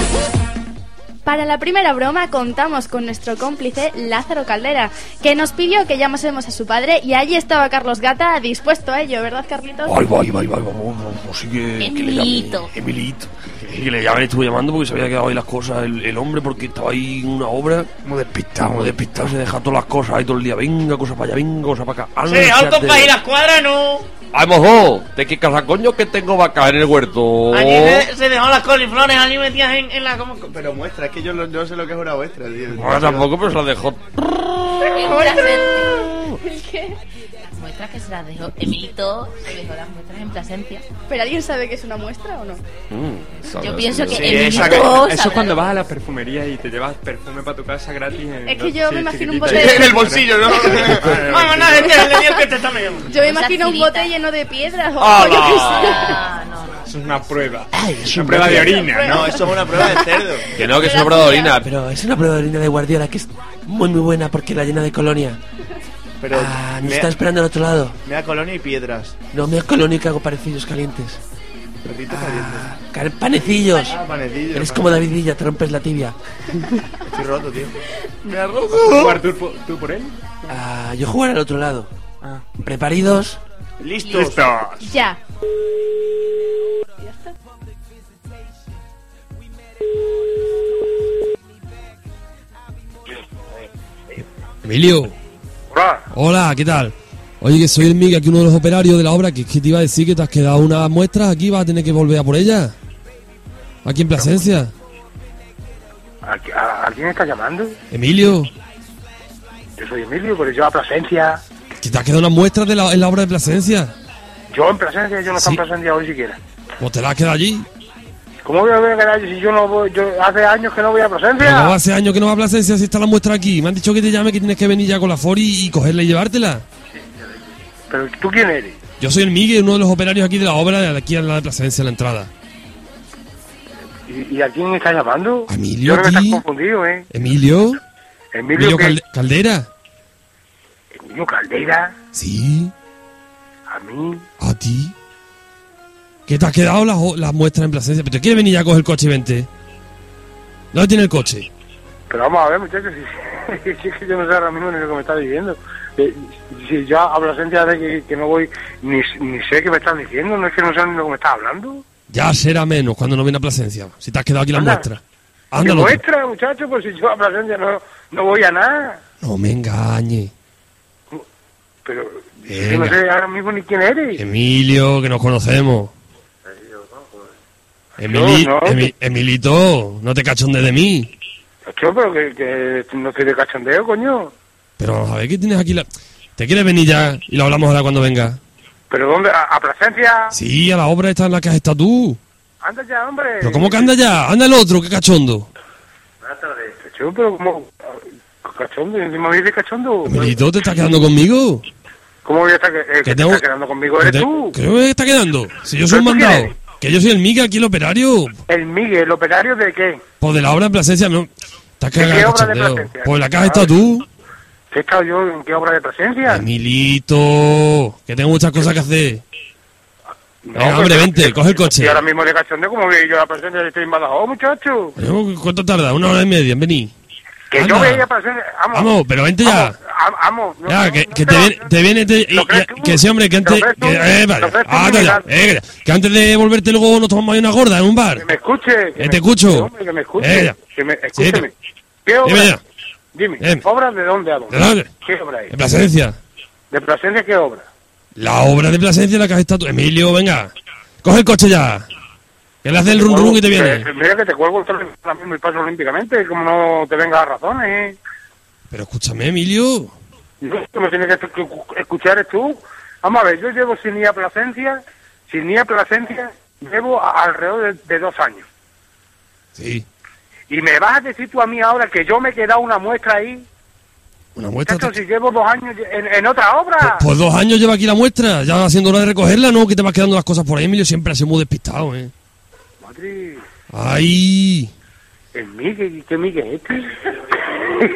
Para la primera broma contamos con nuestro cómplice Lázaro Caldera, que nos pidió que llamásemos a su padre y allí estaba Carlos Gata dispuesto a ello, ¿verdad Carlitos?
Ay, va, ahí va, ahí va, ahí va, vamos, vamos, sí que, que le llame.
Emilito.
Emilito. Sí, Que le llame, estuve llamando porque se había quedado ahí las cosas el, el hombre, porque estaba ahí en una obra. Como despistado. Como despistado, se deja todas las cosas ahí todo el día. Venga, cosa para allá, venga, cosa para acá.
Sí, autos
Ándate.
para ir a las cuadras, no.
¡Vamos, jo! ¿De qué casa coño que tengo vaca en el
Oh.
huerto?
Allí se, se dejó las coliflores, allí metías en, en la... ¿cómo?
Pero muestra, es que yo lo- no sé lo que es una muestra, tío.
Ahora tampoco, pero se la dejó.
Las muestras que se las dejó Emilito, se dejó las muestras en Plasencia.
¿Pero alguien sabe que es una muestra o no?
Eh,
Yo pienso que
Sí,
Emilito
esa que- eso
sabrá
es cuando vas a la perfumería y te llevas perfume para tu casa gratis. en-
Es que yo me imagino un
chiquitita.
bote de- En el
bolsillo, ¿no? (laughs)
Vamos, no, este es el de Dios que te está
(laughs)
meando.
Yo me imagino un bote lleno de piedras o
Ah,
¡Hala!
algo yo qué sé.
Eso es una prueba.
es
una
un
prueba de
bote.
orina, ¿no? Eso es una prueba de cerdo.
(laughs) Que no, que es una prueba de orina. Pero es una prueba de orina de Guardiola que es muy, muy buena porque la llena de colonia.
Pero
Ah, nos
me-
está esperando al otro lado.
Mea colonia y piedras.
No, me colonia que hago parecidos calientes.
Perritos
Ah,
calientes.
Ah, Car- Panecillos.
Ah, panecillos,
Eres
panecillos.
como David Villa, te rompes la
(laughs)
tibia.
Estoy roto, tío.
Me arrojo. ¿Jugar tú, po- tú por él?
Ah, yo jugar al otro lado.
Ah.
¿Preparidos?
Listos. Listos.
Ya.
Emilio.
Hola.
Hola, ¿qué tal? Oye, que soy el Miguel, aquí uno de los operarios de la obra, que, es que te iba a decir que te has quedado unas muestras aquí, vas a tener que volver a por ellas. Aquí en Plasencia.
¿A, a, a quién está llamando?
Emilio,
Yo soy Emilio, pero yo a Plasencia.
que te has quedado unas muestras de la, en la obra de Plasencia.
Yo en Plasencia, yo no
Sí.
estoy en Plasencia hoy siquiera.
¿O te la has quedado allí?
¿Cómo voy a ver si yo no voy? Yo hace años que no voy a
Pero
Plasencia.
no, hace años que no vas a Plasencia si está la muestra aquí. Me han dicho que te llame, que tienes que venir ya con la Fori y cogerla y llevártela.
Pero tú quién eres?
Yo soy el Miguel, uno de los operarios aquí de la obra, de aquí al lado de Plasencia, la entrada.
¿Y, y a quién está llamando?
Emilio,
Yo creo que
aquí.
estás confundido, ¿eh?
Emilio,
Emilio, que-
Calde- Caldera.
Emilio Caldeira,
Sí,
a mí.
a ti. ¿Qué te has quedado las, o- las muestras en Plasencia? ¿Pero te quieres venir ya a coger el coche y vente? No tiene el coche.
Pero vamos a ver, muchachos, si, (laughs) si es que yo no sé ahora mismo ni lo que me estás diciendo. Eh, si yo a Plasencia de que, que no voy, ni, ni sé qué me estás diciendo, no es que no sé ni lo que me estás hablando.
Ya será menos cuando no viene a Plasencia. Si te has quedado aquí las
Anda.
muestras. Anda,
¿Qué
loco.
muestra, muchachos? Pues si yo a Plasencia no, no voy a nada.
No me engañes.
Pero
Venga.
yo no sé ahora mismo ni quién eres. Eh,
Emilio, que nos conocemos.
pues,
Emili-
No, no.
Emi- Emilito, no te cachondes de mí.
Yo, pero que, que no estoy de cachondeo, coño.
Pero vamos a ver, ¿qué tienes aquí? La... ¿Te quieres venir ya y lo hablamos ahora cuando venga?
¿Pero dónde? ¿A, a Plasencia?
Sí, a la obra esta en la que has estado tú.
Anda ya, hombre.
¿Pero cómo que anda ya? Anda el otro, qué cachondo.
Yo, pero como... Cachondo, encima me dice cachondo.
Emilito, ¿te estás quedando conmigo?
¿Cómo voy a estar, eh, que te
tengo-
estás quedando conmigo?
¿Qué
Eres
te-
tú.
¿Qué me está quedando? Si yo soy un
¿Pero tú quién
mandado. Que yo soy el miga aquí el operario.
El Miguel, ¿el operario de qué?
Pues de la obra en Plasencia, no. Estás
¿De qué
cagado,
obra de
cachondeo.
Plasencia?
Pues la caja está tú.
¿Qué he estado yo? ¿En qué obra de
Eh,
presencia?
Emilito, que tengo muchas cosas que hacer.
No,
Venga, hombre,
pero-
vente, coge el coche.
Y ahora mismo de cachondeo, ¿cómo voy yo a la presencia? Yo Estoy en Badajoz, muchacho.
Bueno, Pues, ¿Cuánto tarda? Una hora y media, vení.
Que yo
Anda.
voy a ir a presencia. Vamos,
Vamos, pero vente ya.
am- amo. No,
Ya, que, que te, viene, te viene, te- y- ya, que sí, hombre, que antes, que, eh, vale, anda ya, eh, que- que antes de volverte luego nos tomamos ahí una gorda en un bar.
que me escuche.
Eh, te escucho.
Hombre, que me escuche.
Eh, ya.
que me, escúcheme. ¿Qué obra?
Dime ya,
Dime,
Dime.
¿obra de dónde a dónde?
¿De dónde?
¿Qué obra es?
en Plasencia,
¿De Plasencia qué obra?
la obra de Plasencia en la que has estado tú. Emilio, venga, coge el coche ya, que le hace el run run y te viene.
Eh, mira que te cuelgo el teléfono ahora mismo y paso olímpicamente, como no te vengas a razones. ¿eh?
Pero escúchame, Emilio,
No, que me tienes que escu- escuchar es tú. Vamos a ver, yo llevo sin ir a Plasencia, sin ir a Plasencia, llevo a- alrededor de, de dos años.
Sí.
Y me vas a decir tú a mí ahora que yo me he quedado una muestra ahí,
una muestra.
esto si llevo dos años en, en otra obra.
Pues dos años lleva aquí la muestra, ya va siendo hora de recogerla, ¿no? Que te vas quedando las cosas por ahí, Emilio, siempre ha sido muy despistado, eh.
Madre,
Ay,
el Miguel, ¿qué Miguel es este?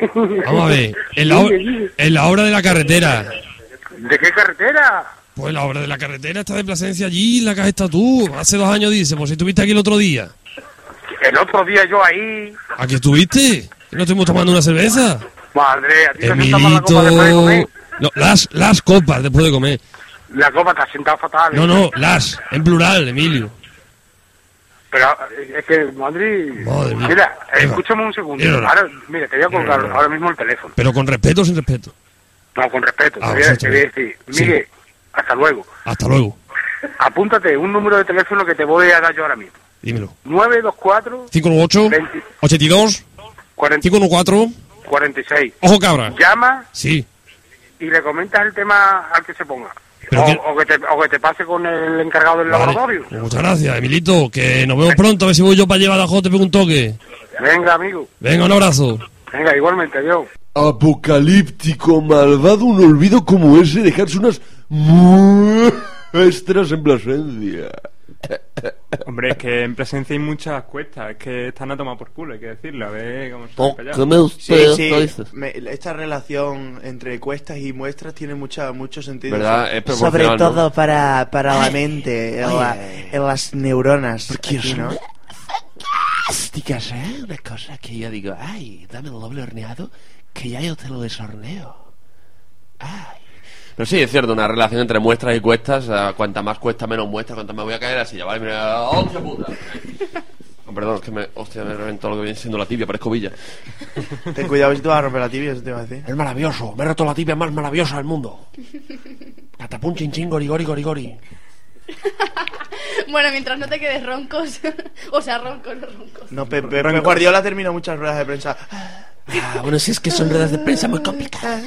(laughs) vamos a ver, en la, o- en la obra de la carretera.
¿De qué carretera?
Pues la obra de la carretera está de Plasencia allí, en la que has estado tú. Hace dos años dice, por si estuviste aquí el otro día.
El otro día yo ahí,
¿Aquí estuviste? ¿Que ¿No estuvimos tomando una cerveza?
madre, a ti te sentaba la
Emilito...
copa después de comer.
No, las, las copas después de comer.
La copa te ha sentado fatal.
No, no, las, en plural, Emilio.
Pero eh, es que, Madrid.
Madre mía.
Mira, eh, escúchame un segundo.
Míralo.
Ahora, mira, te voy a colgar ahora mismo el teléfono.
Pero con respeto o sin respeto.
No, con respeto.
Ah,
te, voy a,
perfecto.
te voy a decir,
Sí.
Miguel, hasta luego.
Hasta luego,
Apúntate un número de teléfono que te voy a dar yo ahora mismo.
dímelo.
924
518, 82, 514,
46.
Ojo cabra.
Llama
sí.
y le comentas el tema al que se ponga.
Pero
o,
que-
o que te, o que te pase con el encargado del laboratorio.
Pues muchas gracias, Emilito, que nos vemos pronto, a ver si voy yo para llevar a Jota te pego un toque.
Venga, amigo.
Venga, un abrazo.
Venga, igualmente, yo.
Apocalíptico, malvado, un olvido como ese, dejarse unas muestras en Plasencia.
Hombre, es que en presencia hay muchas cuestas, es que están a tomar por culo, hay que decirlo, a ver cómo se
Oh,
para allá.
que me
Sí,
usted
sí,
lo hizo.
me- esta relación entre cuestas y muestras tiene mucha, mucho sentido.
¿Verdad? Es
Sobre
proporcional, ¿no?
todo para, para la mente, en, la- en las neuronas. aquí, ¿no?
Fantásticas, ¿eh? Una cosa que yo digo, ay, dame el doble horneado, que ya yo te lo deshorneo.
Pero sí, es cierto, una relación entre muestras y cuestas. ah, cuanta más cuesta, menos muestra. Cuanta más voy a caer así, ya vale. Mira, hostia
(laughs)
puta. Oh, Perdón, es que me, hostia, me reventó lo que viene siendo la tibia, parezco villa.
Ten cuidado si te vas a romper la tibia, eso te va a decir.
Es maravilloso, me he roto la tibia más maravillosa del mundo. Catapum, chin, chin, gori, gori, gori, gori.
(laughs) Bueno, mientras no te quedes roncos. (laughs) o sea, roncos, no roncos.
No, Pe- Pe- Pep Guardiola termina muchas ruedas de prensa.
Ah, bueno, si es que son ruedas de prensa muy
Ah.
complicadas.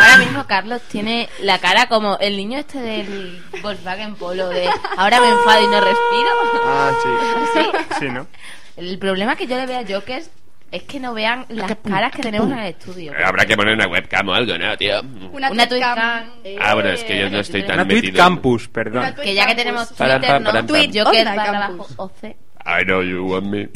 Ahora mismo Carlos tiene la cara como el niño este del Volkswagen Polo de ahora me enfado y no respiro.
Ah,
Sí.
Sí, ¿no?
El problema que yo le veo a Jokers es que no vean las caras que tenemos en el estudio.
Eh, Habrá que poner una webcam o algo, ¿no, tío?
Una, Twitcam.
Ah, bueno, es que yo no estoy tan
Una tweet
metido.
campus, perdón.
Que ya que tenemos
Para,
Twitter,
para,
¿no?
para, para.
Tweet, Jokers barra bajo OC.
I know you want me.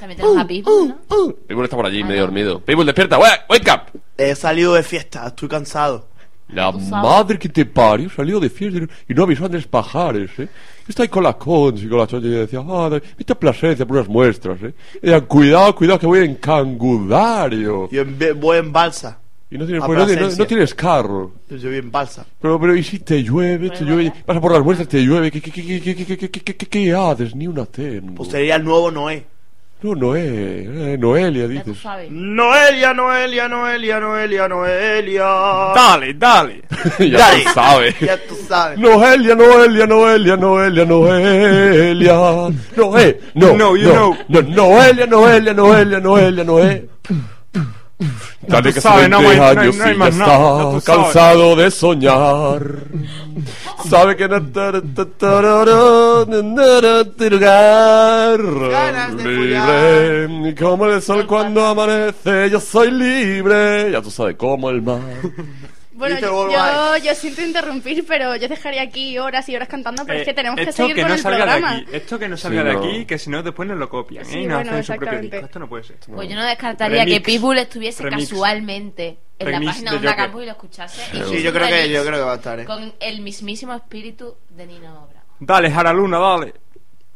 También tenemos a People, ¿no?
People está por allí, medio dormido. People, despierta, wake, wake up.
He salido de fiesta, estoy cansado.
La madre que te parió salió de fiesta y no avisó a Andrés Pajares, ¿eh? Está ahí con la Cons y con la Chocha y decía, madre, vete a Plasencia por unas muestras, ¿eh? Y decían, cuidado, cuidado, que voy en Cangudario.
Yo en- voy en balsa.
Y no tienes,
A
pues no tienes- no-
Plasencia.
no tienes carro.
Yo voy en balsa.
Pero, pero, ¿y si te llueve, te llueve? Pasa por las muestras, te llueve. ¿Qué, qué, qué, qué, qué, qué, qué, qué, qué, qué, qué haces? Ni una tengo.
Pues sería el nuevo Noé.
No, Noé, eh, Noelia, dices.
Noelia, Noelia, Noelia, Noelia, Noelia.
Dale, dale. (laughs) ya
Dale.
lo sabes.
Ya tú sabes.
eh.
Noelia, Noelia, Noelia, Noelia, Noelia. Noé, no,
No,
no,
you
no, no, Noelia, Noelia, Noelia, Noelia, Noé. Dale
tú
que
sabes,
hace
no,
20
no hay- no hay-
años
no hay
y
más
ya
nada, ya tú
está
sabes.
cansado de soñar. Sabe que no ta- ta- tarará, na- na- na- tirar. libre como el sol cuando amanece, yo soy libre. Ya tú sabes, como el mar.
Bueno,
Little
yo,
World Wide.
yo siento interrumpir, pero yo dejaría aquí horas y horas cantando, pero es
eh,
que tenemos que
Eh, esto
seguir
que
con
no
el
salga de
programa.
aquí. Esto que no salga
Sí,
de
no.
aquí, que si no después nos lo copian, ¿eh?
Sí,
Y nos
bueno,
hacen su propio
exactamente.
disco. Esto no puede ser.
Pues yo no descartaría
Remix.
que Pitbull estuviese
Remix.
casualmente en
Remix
la página de
de
Onda
Joker.
Campus y lo escuchase. y
Sí,
hiciese
yo
un
creo que-
remix
yo creo que va a estar, ¿eh?
Con el mismísimo espíritu de Nino Obra.
Dale, Jaraluna, dale.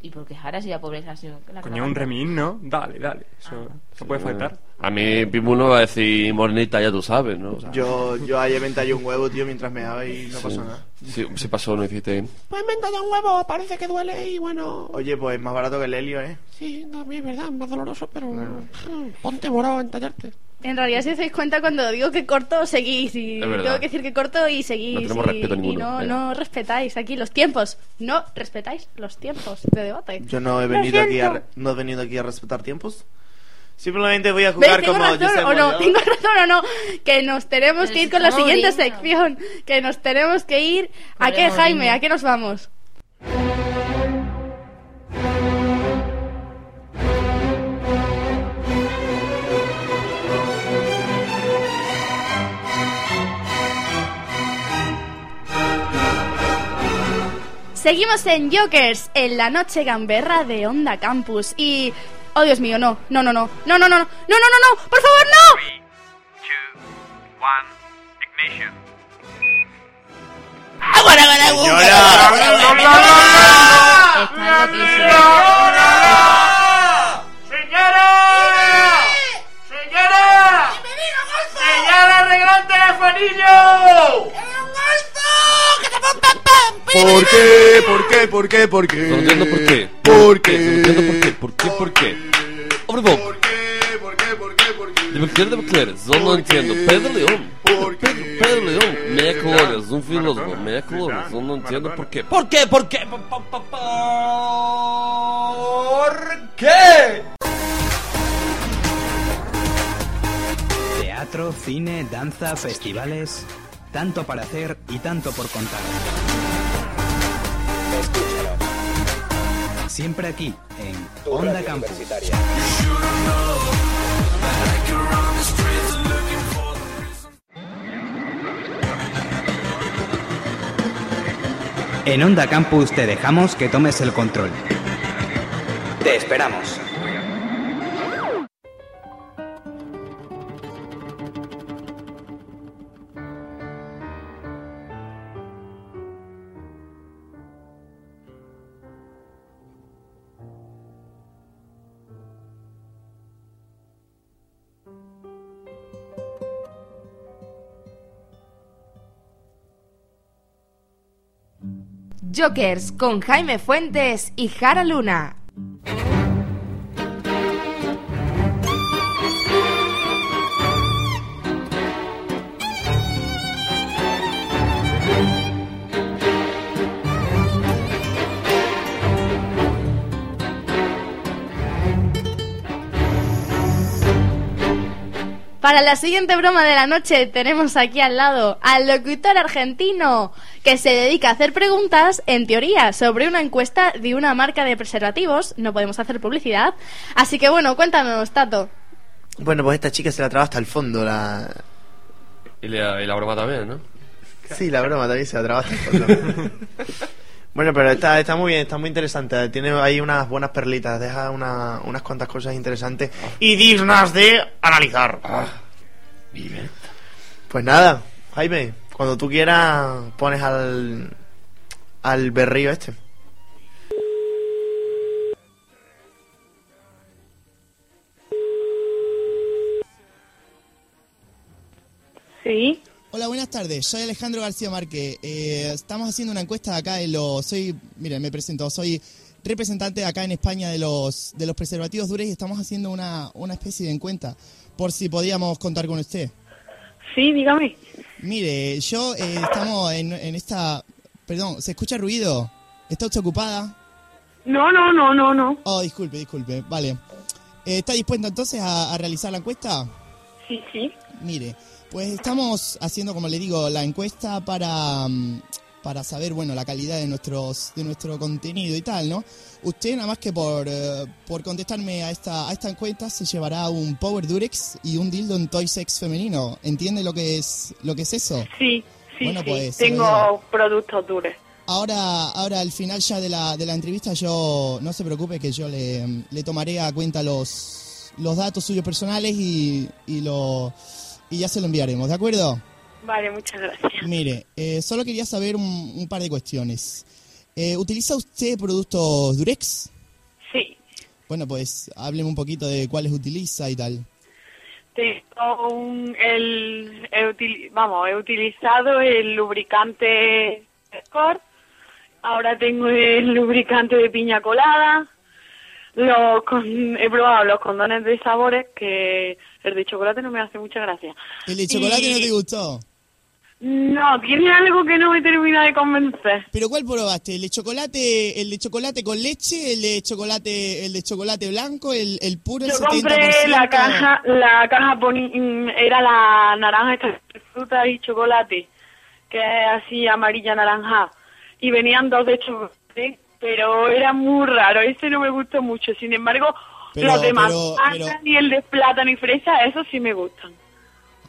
Y porque ahora sí la pobre canción. la
Coño, un remix, ¿no? Dale, dale. Eso
Ah.
no puede faltar.
A mí Pitbull no va a decir mornita, ya tú sabes, ¿no? O sea,
Yo, yo ayer me entallé un huevo, tío, mientras me daba y no
sí.
pasó nada.
Sí, sí pasó, no hiciste...
Pues me he entallado un huevo, parece que duele y bueno. Oye, pues más barato que el helio, ¿eh?
Sí,
es verdad, más doloroso, pero.
Ponte morado en tallarte. En realidad, si os dais cuenta, cuando digo que corto, seguís. Y
Es verdad.
tengo que decir que corto y seguís.
No tenemos
y,
respeto
y
ninguno,
no,
venga.
no respetáis aquí los tiempos. No respetáis los tiempos de debate.
Yo no he
Lo
venido aquí a,
siento.
no he venido aquí a respetar tiempos. Simplemente voy a
¿Veis?
jugar
¿Tengo
como
razón
Josep
o no?
Bollado.
¿Tengo razón o no? Que nos tenemos que ir con la
está
siguiente
Mourinho.
sección. Que nos tenemos que ir. ¿A
Pobre
qué, Jaime?
Mourinho.
¿A qué nos vamos? Seguimos en Jokers, en la noche gamberra de Onda Campus. Y. Oh, Dios mío, no, no, no, no, no, no, no, no, no, no, no, no, por favor, no.
One, ignition.
¡Señora! ¡Señora, arregló el telefonillo!
¿Por qué? ¿Por qué? ¿Por qué? ¿Por qué? No entiendo por qué. ¿Por qué? No entiendo por qué. ¿Por qué? ¿Por qué? Hombre, Bob. ¿Por qué? ¿Por qué? ¿Por qué? ¿Por qué? ¿Por qué? ¿Por qué? ¿Por no entiendo. Pedro León. Pedro, Pedro León. Me aclaras, un filósofo. Me aclaras. Yo no entiendo por qué. ¿Por qué? ¿Por qué? ¿Por
¿Qué?
Teatro, cine, danza, festivales. Tanto para hacer y tanto por contar. Siempre aquí, en Onda Campus. En Onda Campus te dejamos que tomes el control. Te esperamos.
Jokers con Jaime Fuentes y Jara Luna.
Para la siguiente broma de la noche tenemos aquí al lado al locutor argentino que se dedica a hacer preguntas en teoría sobre una encuesta de una marca de preservativos. No podemos hacer publicidad. Así que bueno, cuéntanos, Tato.
Bueno, pues esta chica se la traba hasta el fondo. La...
Y la, y la broma también, ¿no?
Sí, la broma también se la traba hasta el fondo. bueno, pero está, está muy bien, está muy interesante. Tiene ahí unas buenas perlitas, deja una- unas cuantas cosas interesantes y dignas de analizar. Pues nada, Jaime, cuando tú quieras pones al, al berrío este.
Sí. Hola, buenas tardes. Soy Alejandro García Márquez. Eh, estamos haciendo una encuesta acá en los... Soy, miren, me presento. Soy representante acá en España de los, de los preservativos dures y estamos haciendo una, una especie de encuesta por si podíamos contar con usted. Sí, dígame. Mire, yo eh, estamos en, en esta... Perdón, ¿se escucha ruido? ¿Está usted ocupada? No, no, no, no, no. Oh, disculpe, disculpe. Vale. Eh, ¿Está dispuesta entonces a- a realizar la encuesta? Sí, sí. Mire, pues estamos haciendo, como le digo, la encuesta para mm, para saber, bueno, la calidad de nuestros de nuestro contenido y tal, ¿no? Usted nada más que por, eh, por contestarme a esta a esta encuesta se llevará un Power Durex y un dildo en Toy Sex femenino. ¿Entiende lo que es lo que es eso?
Sí, sí,
Bueno,
sí.
pues, se lo
Tengo productos duros.
Ahora, ahora al final ya de la, de la entrevista, yo no se preocupe que yo le, le tomaré a cuenta los, los datos suyos personales y, y lo y ya se lo enviaremos, ¿de acuerdo?
Vale, muchas gracias.
Mire, eh, solo quería saber un, un par de cuestiones. Eh, ¿Utiliza usted productos Durex?
Sí,
Bueno, pues hábleme un poquito de cuáles utiliza y tal.
tengo un, el, he util- vamos, he utilizado el lubricante Score, ahora tengo el lubricante de piña colada, los con- he probado los condones de sabores que el de chocolate no me hace mucha gracia.
¿El de chocolate
Y-
no te gustó?
No, tiene algo que no me termina de convencer.
¿Pero cuál probaste? ¿El de chocolate, el de chocolate con leche, el de chocolate, el de chocolate blanco, el, el puro, el
Yo compré
70%?
la caja, la caja poni- mm, era la naranja esta de fruta y chocolate, que es así amarilla naranja, y venían dos de chocolate, pero era muy raro, ese no me gustó mucho, sin embargo,
Pero-
los de
pero-
manzana
pero-
y el de plátano y fresa, esos sí me gustan.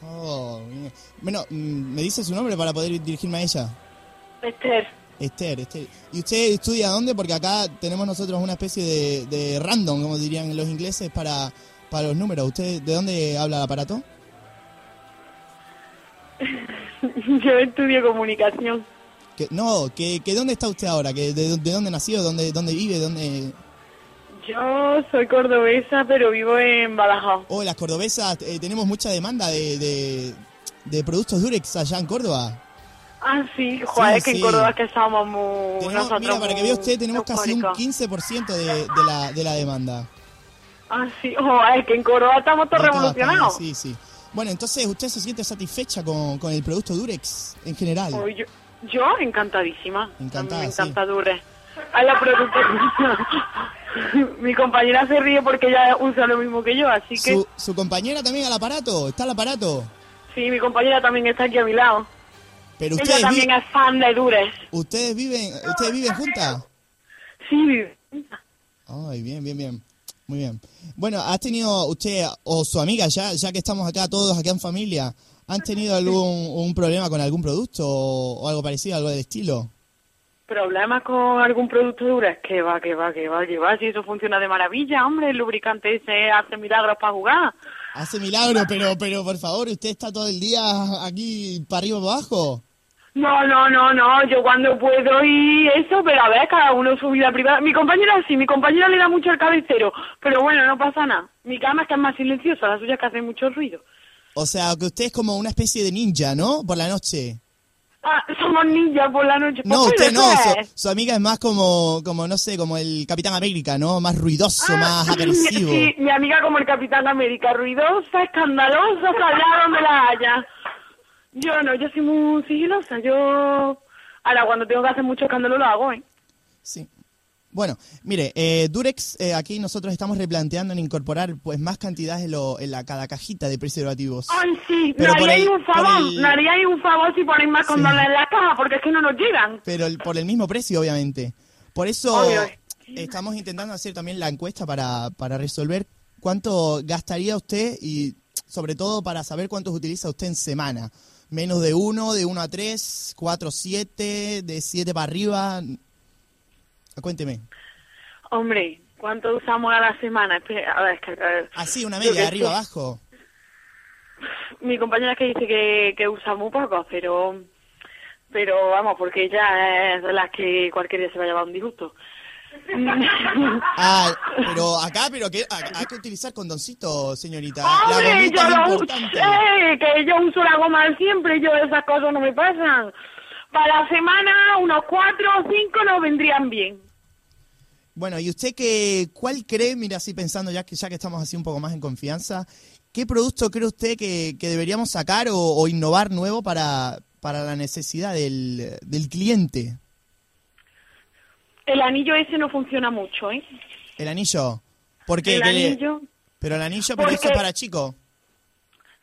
Oh, bien. bueno, mm, ¿me dice su nombre para poder dirigirme a ella?
Esther,
Esther, Esther. ¿Y usted estudia dónde? Porque acá tenemos nosotros una especie de, de random, como dirían los ingleses, para, para los números. ¿Usted de dónde habla el aparato?
(laughs) yo estudio comunicación,
Que, no, que, que ¿dónde está usted ahora? Que, de, de dónde nació? ¿Dónde, ¿Dónde vive? ¿Dónde...?
yo soy cordobesa, pero vivo en Badajoz.
Oh, las cordobesas, eh, tenemos mucha demanda de, de, de productos Durex allá en Córdoba.
Ah, sí, joder,
Sí,
es que
sí.
en Córdoba es que somos muy...
Tenemos-
nosotros
mira, para que vea
muy
usted, tenemos casi un
eufóricos.
15% de, de, la, de la demanda.
Ah, sí, joder, es que en Córdoba estamos todos
De todas
revolucionados.
partes, Sí, sí. Bueno, entonces, ¿usted se siente satisfecha con, con el producto Durex en general?
Oh, yo, yo encantadísima.
Encantada,
me
sí.
encanta Dure. A la productora. (laughs) Mi compañera se ríe porque ella usa lo mismo que yo, así que
¿Su, su compañera también al aparato? ¿Está al aparato?
sí, mi compañera también está aquí a mi lado.
Pero
Ella
ustedes, vi-
también es fan de Dure.
ustedes viven ustedes viven juntas.
Sí, vive.
Ay, bien, bien, bien. Muy bien. Bueno, ¿has tenido usted o su amiga, ya, ya que estamos acá todos, acá en familia, ¿han tenido algún un problema con algún producto o, o algo parecido, algo del estilo?
¿Problemas con algún producto Dure? Que va, que va, que va, que va. Si eso funciona de maravilla, hombre, el lubricante ese hace milagros para jugar.
Hace milagro, pero, pero por favor, usted está todo el día aquí para arriba para abajo.
No, no, no, no, yo cuando puedo y eso, pero a ver, cada uno su vida privada. Mi compañera sí, mi compañera le da mucho al cabecero, pero bueno, no pasa nada. Mi cama es que es más silenciosa, la suya es que hace mucho ruido.
O sea, que usted es como una especie de ninja, ¿no? Por la noche.
Ah, somos ninjas por la noche.
No,
Pues,
usted
pero
no,
eso
su,
es.
su amiga es más como, como, no sé, como el Capitán América, ¿no? Más ruidoso, más agresivo.
Ah, Sí, mi amiga como el Capitán América, ruidosa, escandalosa, allá donde la haya. Yo no, yo soy muy sigilosa, yo... Ahora, cuando tengo que hacer mucho escándalo lo hago, ¿eh?
Sí. Bueno, mire, eh, Durex, eh, aquí nosotros estamos replanteando en incorporar pues más cantidades en, lo- en la, cada cajita de preservativos.
Ay, sí, me
Pero por
haríais
el-
un
por
favor,
el-
me haríais un favor si ponéis más condones en la caja, porque es que no nos llegan.
Pero el- por el mismo precio, obviamente. Por eso
Obvio.
estamos intentando hacer también la encuesta para, para resolver cuánto gastaría usted y sobre todo para saber cuántos utiliza usted en semana. Menos de uno, de uno a tres, cuatro, siete, de siete para arriba. Cuénteme.
Hombre, ¿cuánto usamos a la semana? Espera, a ver, es que, a ver.
Así, una
Yo
media,
qué
arriba,
sé.
abajo.
Mi compañera es que dice que, que usa muy poco, pero pero vamos, porque ella es de las que cualquier día se va a llevar un disgusto.
Ah, pero acá, pero que a- hay que utilizar condoncito, señorita. Ah, La
¡Hombre,
gomita
yo
es
lo
importante.
usé! Que yo uso la goma de siempre, yo esas cosas no me pasan. Para la semana, unos cuatro o cinco nos vendrían bien.
Bueno, ¿y usted qué, cuál cree, mira, así pensando ya que ya que estamos así un poco más en confianza, qué producto cree usted que, que deberíamos sacar o, o innovar nuevo para, para la necesidad del, del cliente?
El anillo ese no funciona mucho, ¿eh?
El anillo. ¿Por qué?
el
¿Qué le-
anillo...
Pero el anillo, pero eso
Porque-
es para chico.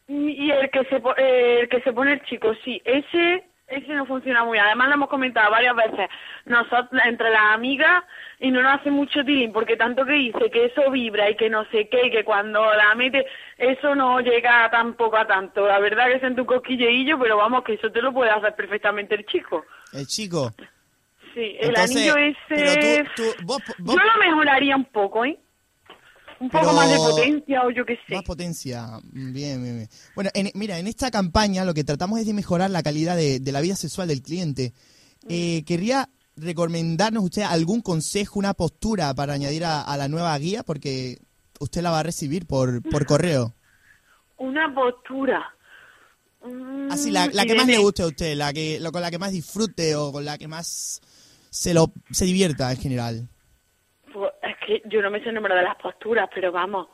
Y el que se po- eh, el que se pone el chico, sí, ese ese no funciona muy bien. Además lo hemos comentado varias veces, nosotros entre las amigas y no nos hace mucho tilín, porque tanto que dice que eso vibra y que no sé qué, y que cuando la mete, eso no llega tampoco a tanto. La verdad que siento un cosquilleillo, pero vamos, que eso te lo puede hacer perfectamente el chico.
El chico.
Sí, el
Entonces,
anillo ese...
pero tú- tú- vos- vos-
Yo lo mejoraría un poco, ¿eh? Un poco
Pero-
más de potencia o yo qué sé.
Más potencia. Mm, Bien, bien, bien. Bueno, en- mira, en esta campaña lo que tratamos es de mejorar la calidad de, de la vida sexual del cliente.
Mm.
Eh, querría recomendarnos usted algún consejo, una postura para añadir a, a la nueva guía, porque usted la va a recibir por, por correo.
Una postura. Mm,
Así, la, la
y
que más
de-
le guste a usted, la que lo- con la que más disfrute o con la que más se lo se divierta en general.
Pues, es que yo no me sé el nombre de las posturas, pero vamos.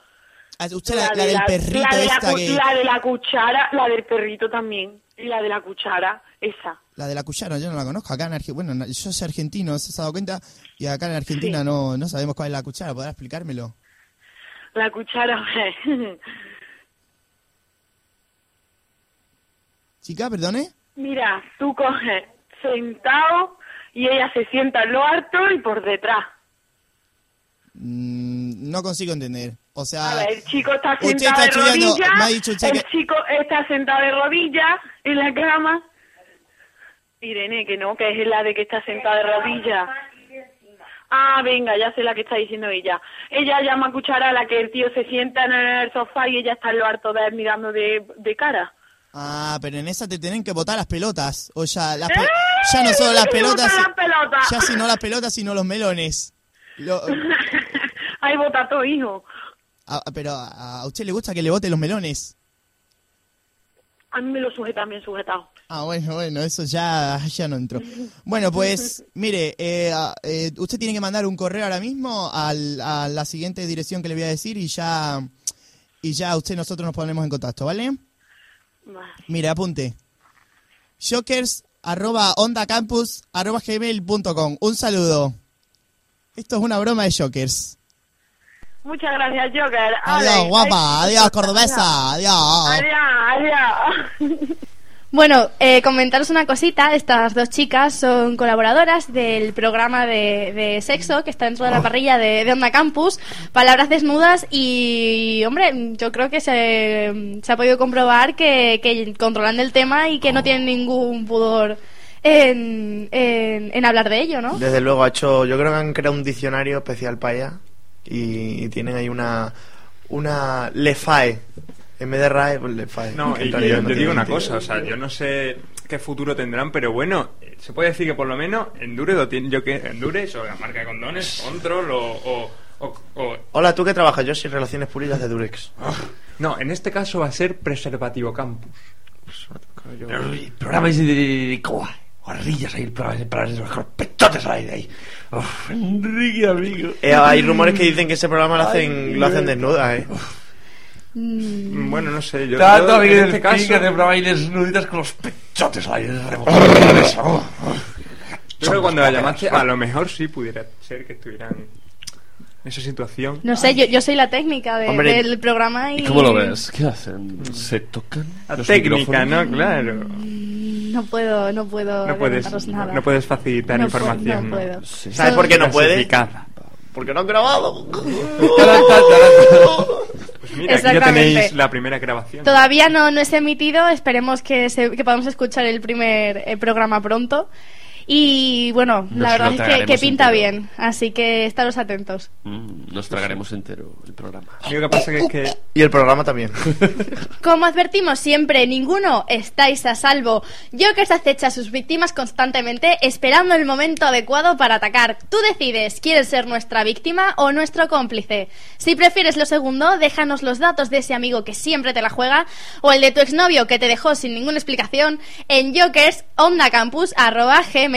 Ah, Usted la, la del perrito
la de la
esta
cu-
que...
la de la cuchara, la del perrito también. Y la de la cuchara, esa.
La de la cuchara, yo no la conozco. Acá en Argentina, bueno, na- yo soy argentino, ¿se has dado cuenta? Y acá en Argentina no, no sabemos cuál es la cuchara, ¿podrá explicármelo?
La cuchara, (laughs)
Chica, perdone.
Mira, tú coges sentado y ella se sienta en lo alto y por detrás.
Mm, no consigo entender. O sea,
A ver, el chico está
usted
sentado
está
de
estudiando,
rodillas.
me ha dicho usted
el
que-
chico está sentado de rodillas en la cama. Irene, que no, que es la de que está sentada de rodillas. Ah, venga, ya sé la que está diciendo ella. Ella llama a cuchara a la que el tío se sienta en el sofá y ella está en lo harto de él mirando de, de cara.
ah, pero en esa te tienen que botar las pelotas. O ya, las pe- ya no
(laughs)
solo las
¿Qué te
pelotas,
¡Eh! botan las pelotas?
ya
(laughs)
si no las pelotas, sino los melones. Lo-
Ay, vota todo, hijo.
ah, pero a, a usted le gusta que le bote los melones.
A mí me lo sujetan bien sujetado.
Ah, bueno, bueno, eso ya, (laughs) ya no entró. Bueno, pues mire, eh, ah, eh, usted tiene que mandar un correo ahora mismo al- a la siguiente dirección que le voy a decir y ya, y ya usted y nosotros nos ponemos en contacto, ¿vale?
Vale.
Mire, apunte. Jokers arroba ondacampus arroba gmail.com. Un saludo. Esto es una broma de Jokers.
Muchas gracias, Joker.
Adiós,
Ale,
guapa.
ay,
Adiós, cordobesa. Adiós.
Adiós, adiós.
Bueno, eh, comentaros una cosita. Estas dos chicas son colaboradoras del programa de, de sexo que está dentro
Oh.
de la parrilla de, de Onda Campus, Palabras Desnudas y, hombre, yo creo que se, se ha podido comprobar que, que controlan el tema y que
Oh.
no tienen ningún pudor en, en- en hablar de ello, ¿no?
Desde luego, ha hecho, yo creo que han creado un diccionario especial para ella y, y tienen ahí una, una lefae. En vez de RAE, pues lefae.
No,
que
y
en
yo,
realidad
yo
no
digo
tiene
una
sentido.
cosa, o sea, yo no sé qué futuro tendrán, pero bueno, eh, se puede decir que por lo menos Endure lo tiene, yo que Endure, o la marca de condones, Control o, o- o- o-
Hola, ¿tú qué trabajas? Yo soy Relaciones Públicas de Durex.
no, en este caso va a ser Preservativo Campus.
Pues,
Programa ese de, de, de coa. Guarrillas ahí, el programa ese para los carpetotes ahí, ahí. Uf, Enrique, amigo.
Eh, hay rumores que dicen que ese programa lo hacen, lo hacen desnuda, ¿eh?
Bueno, no sé, yo,
Tanto
yo
a mí
en
el
este caso...
pica de programa ahí desnuditas con los pechotes ahí, rebotando en la mesa. Uf.
Yo creo que cuando la llamaste, a lo mejor sí pudiera ser que estuvieran en esa situación.
No sé, yo, yo soy la técnica de-
Hombre,
del programa y...
¿Qué hacen? ¿Se tocan? La
los
técnica,
micrófonos?
¿no? Claro.
No puedo, no puedo
No puedes,
adelantaros nada.
no puedes facilitar
No puedo,
información.
no
¿no?
puedo.
Sí.
¿Sabes por qué no puedes? (laughs)
Clasificada.
(laughs) Porque no han (laughs) grabado.
Pues mira, aquí ya
Exactamente.
tenéis la primera grabación.
Todavía no, no es emitido, esperemos que, se- que podamos escuchar el primer eh, programa pronto. Y bueno, la
Nos
verdad
lo
es que- que,
tragaremos
pinta
entero.
bien, así que estaros atentos.
Mm, nos tragaremos entero el programa.
Lo que pasa que
Uh.
es que...
Y el programa también.
Como advertimos siempre, ninguno estáis a salvo. Jokers acecha a sus víctimas constantemente esperando el momento adecuado para atacar. Tú decides, ¿quieres ser nuestra víctima o nuestro cómplice? Si prefieres lo segundo, déjanos los datos de ese amigo que siempre te la juega o el de tu exnovio que te dejó sin ninguna explicación en jokersondacampus.gmail.com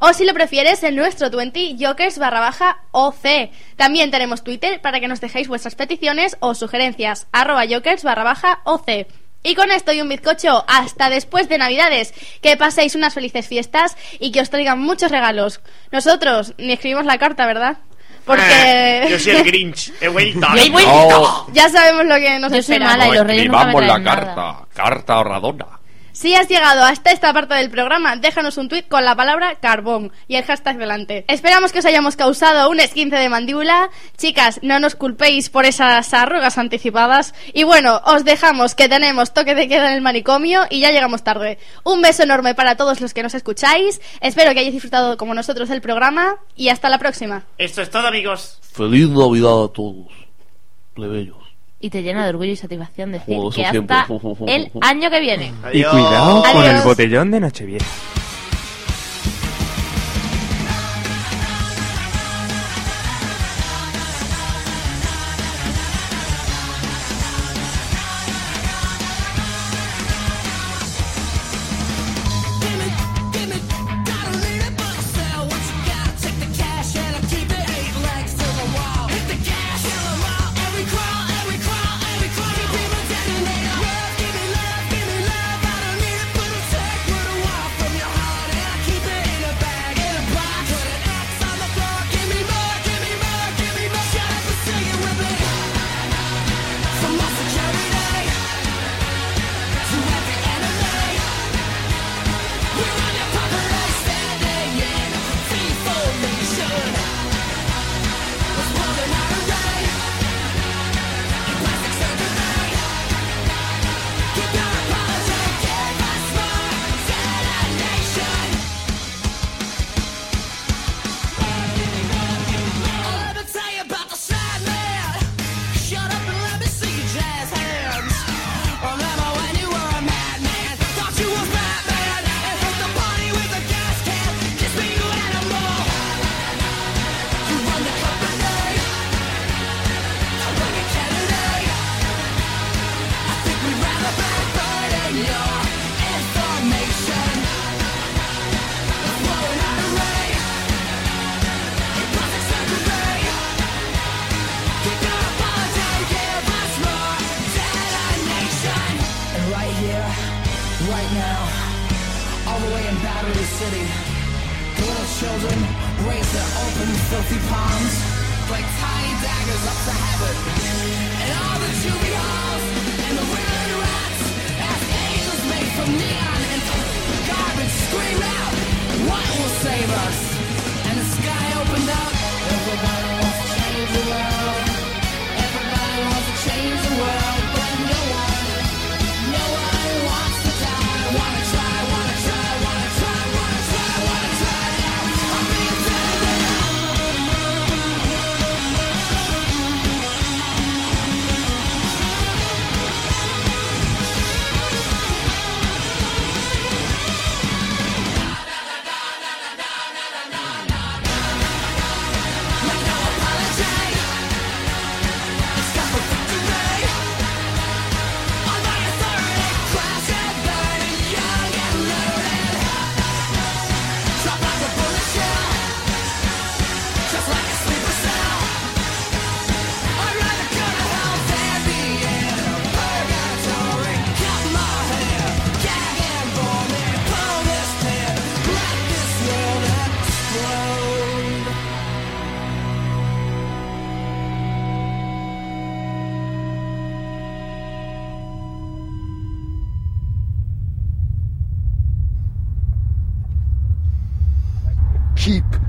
o si lo prefieres en nuestro 20 jokers barra baja OC. También tenemos Twitter para que nos dejéis vuestras peticiones o sugerencias arroba jokers barra baja OC. Y con esto y un bizcocho, hasta después de Navidades. Que paséis unas felices fiestas y que os traigan muchos regalos. Nosotros ni escribimos la carta, ¿verdad?
Eh.
Porque...
Yo soy el Grinch. He vuelto.
Yo he vuelto. Ya sabemos lo que nos
Yo soy
espera.
mala y los reyes nunca me
Escribamos la
traen nada.
carta. Carta ahorradona.
Si has llegado hasta esta parte del programa, déjanos un tuit con la palabra carbón y el hashtag delante. Esperamos que os hayamos causado un esquince de mandíbula. Chicas, no nos culpéis por esas arrugas anticipadas. Y bueno, os dejamos que tenemos toque de queda en el manicomio y ya llegamos tarde. Un beso enorme para todos los que nos escucháis. Espero que hayáis disfrutado como nosotros el programa y hasta la próxima.
Esto es todo, amigos.
Feliz Navidad a todos. Plebeyos.
Y te llena de orgullo y satisfacción decir
Joder, eso
que
siempre.
hasta
(laughs)
el año que viene.
Y cuidado con el
Adiós.
botellón de Nochevieja.
And right here, right now, all the way in Battery City, the little children raise their open, filthy palms like tiny daggers up to heaven. And all the juvie halls and the ribbon rats, as angels made from neon and garbage, scream out, what will save us? And the sky opened up. Everybody wants to change the world. Everybody wants to change the world, but no one. No one wants to die. Wanna try, wanna try, wanna try, wanna try, wanna try now. I'm being better than
Keep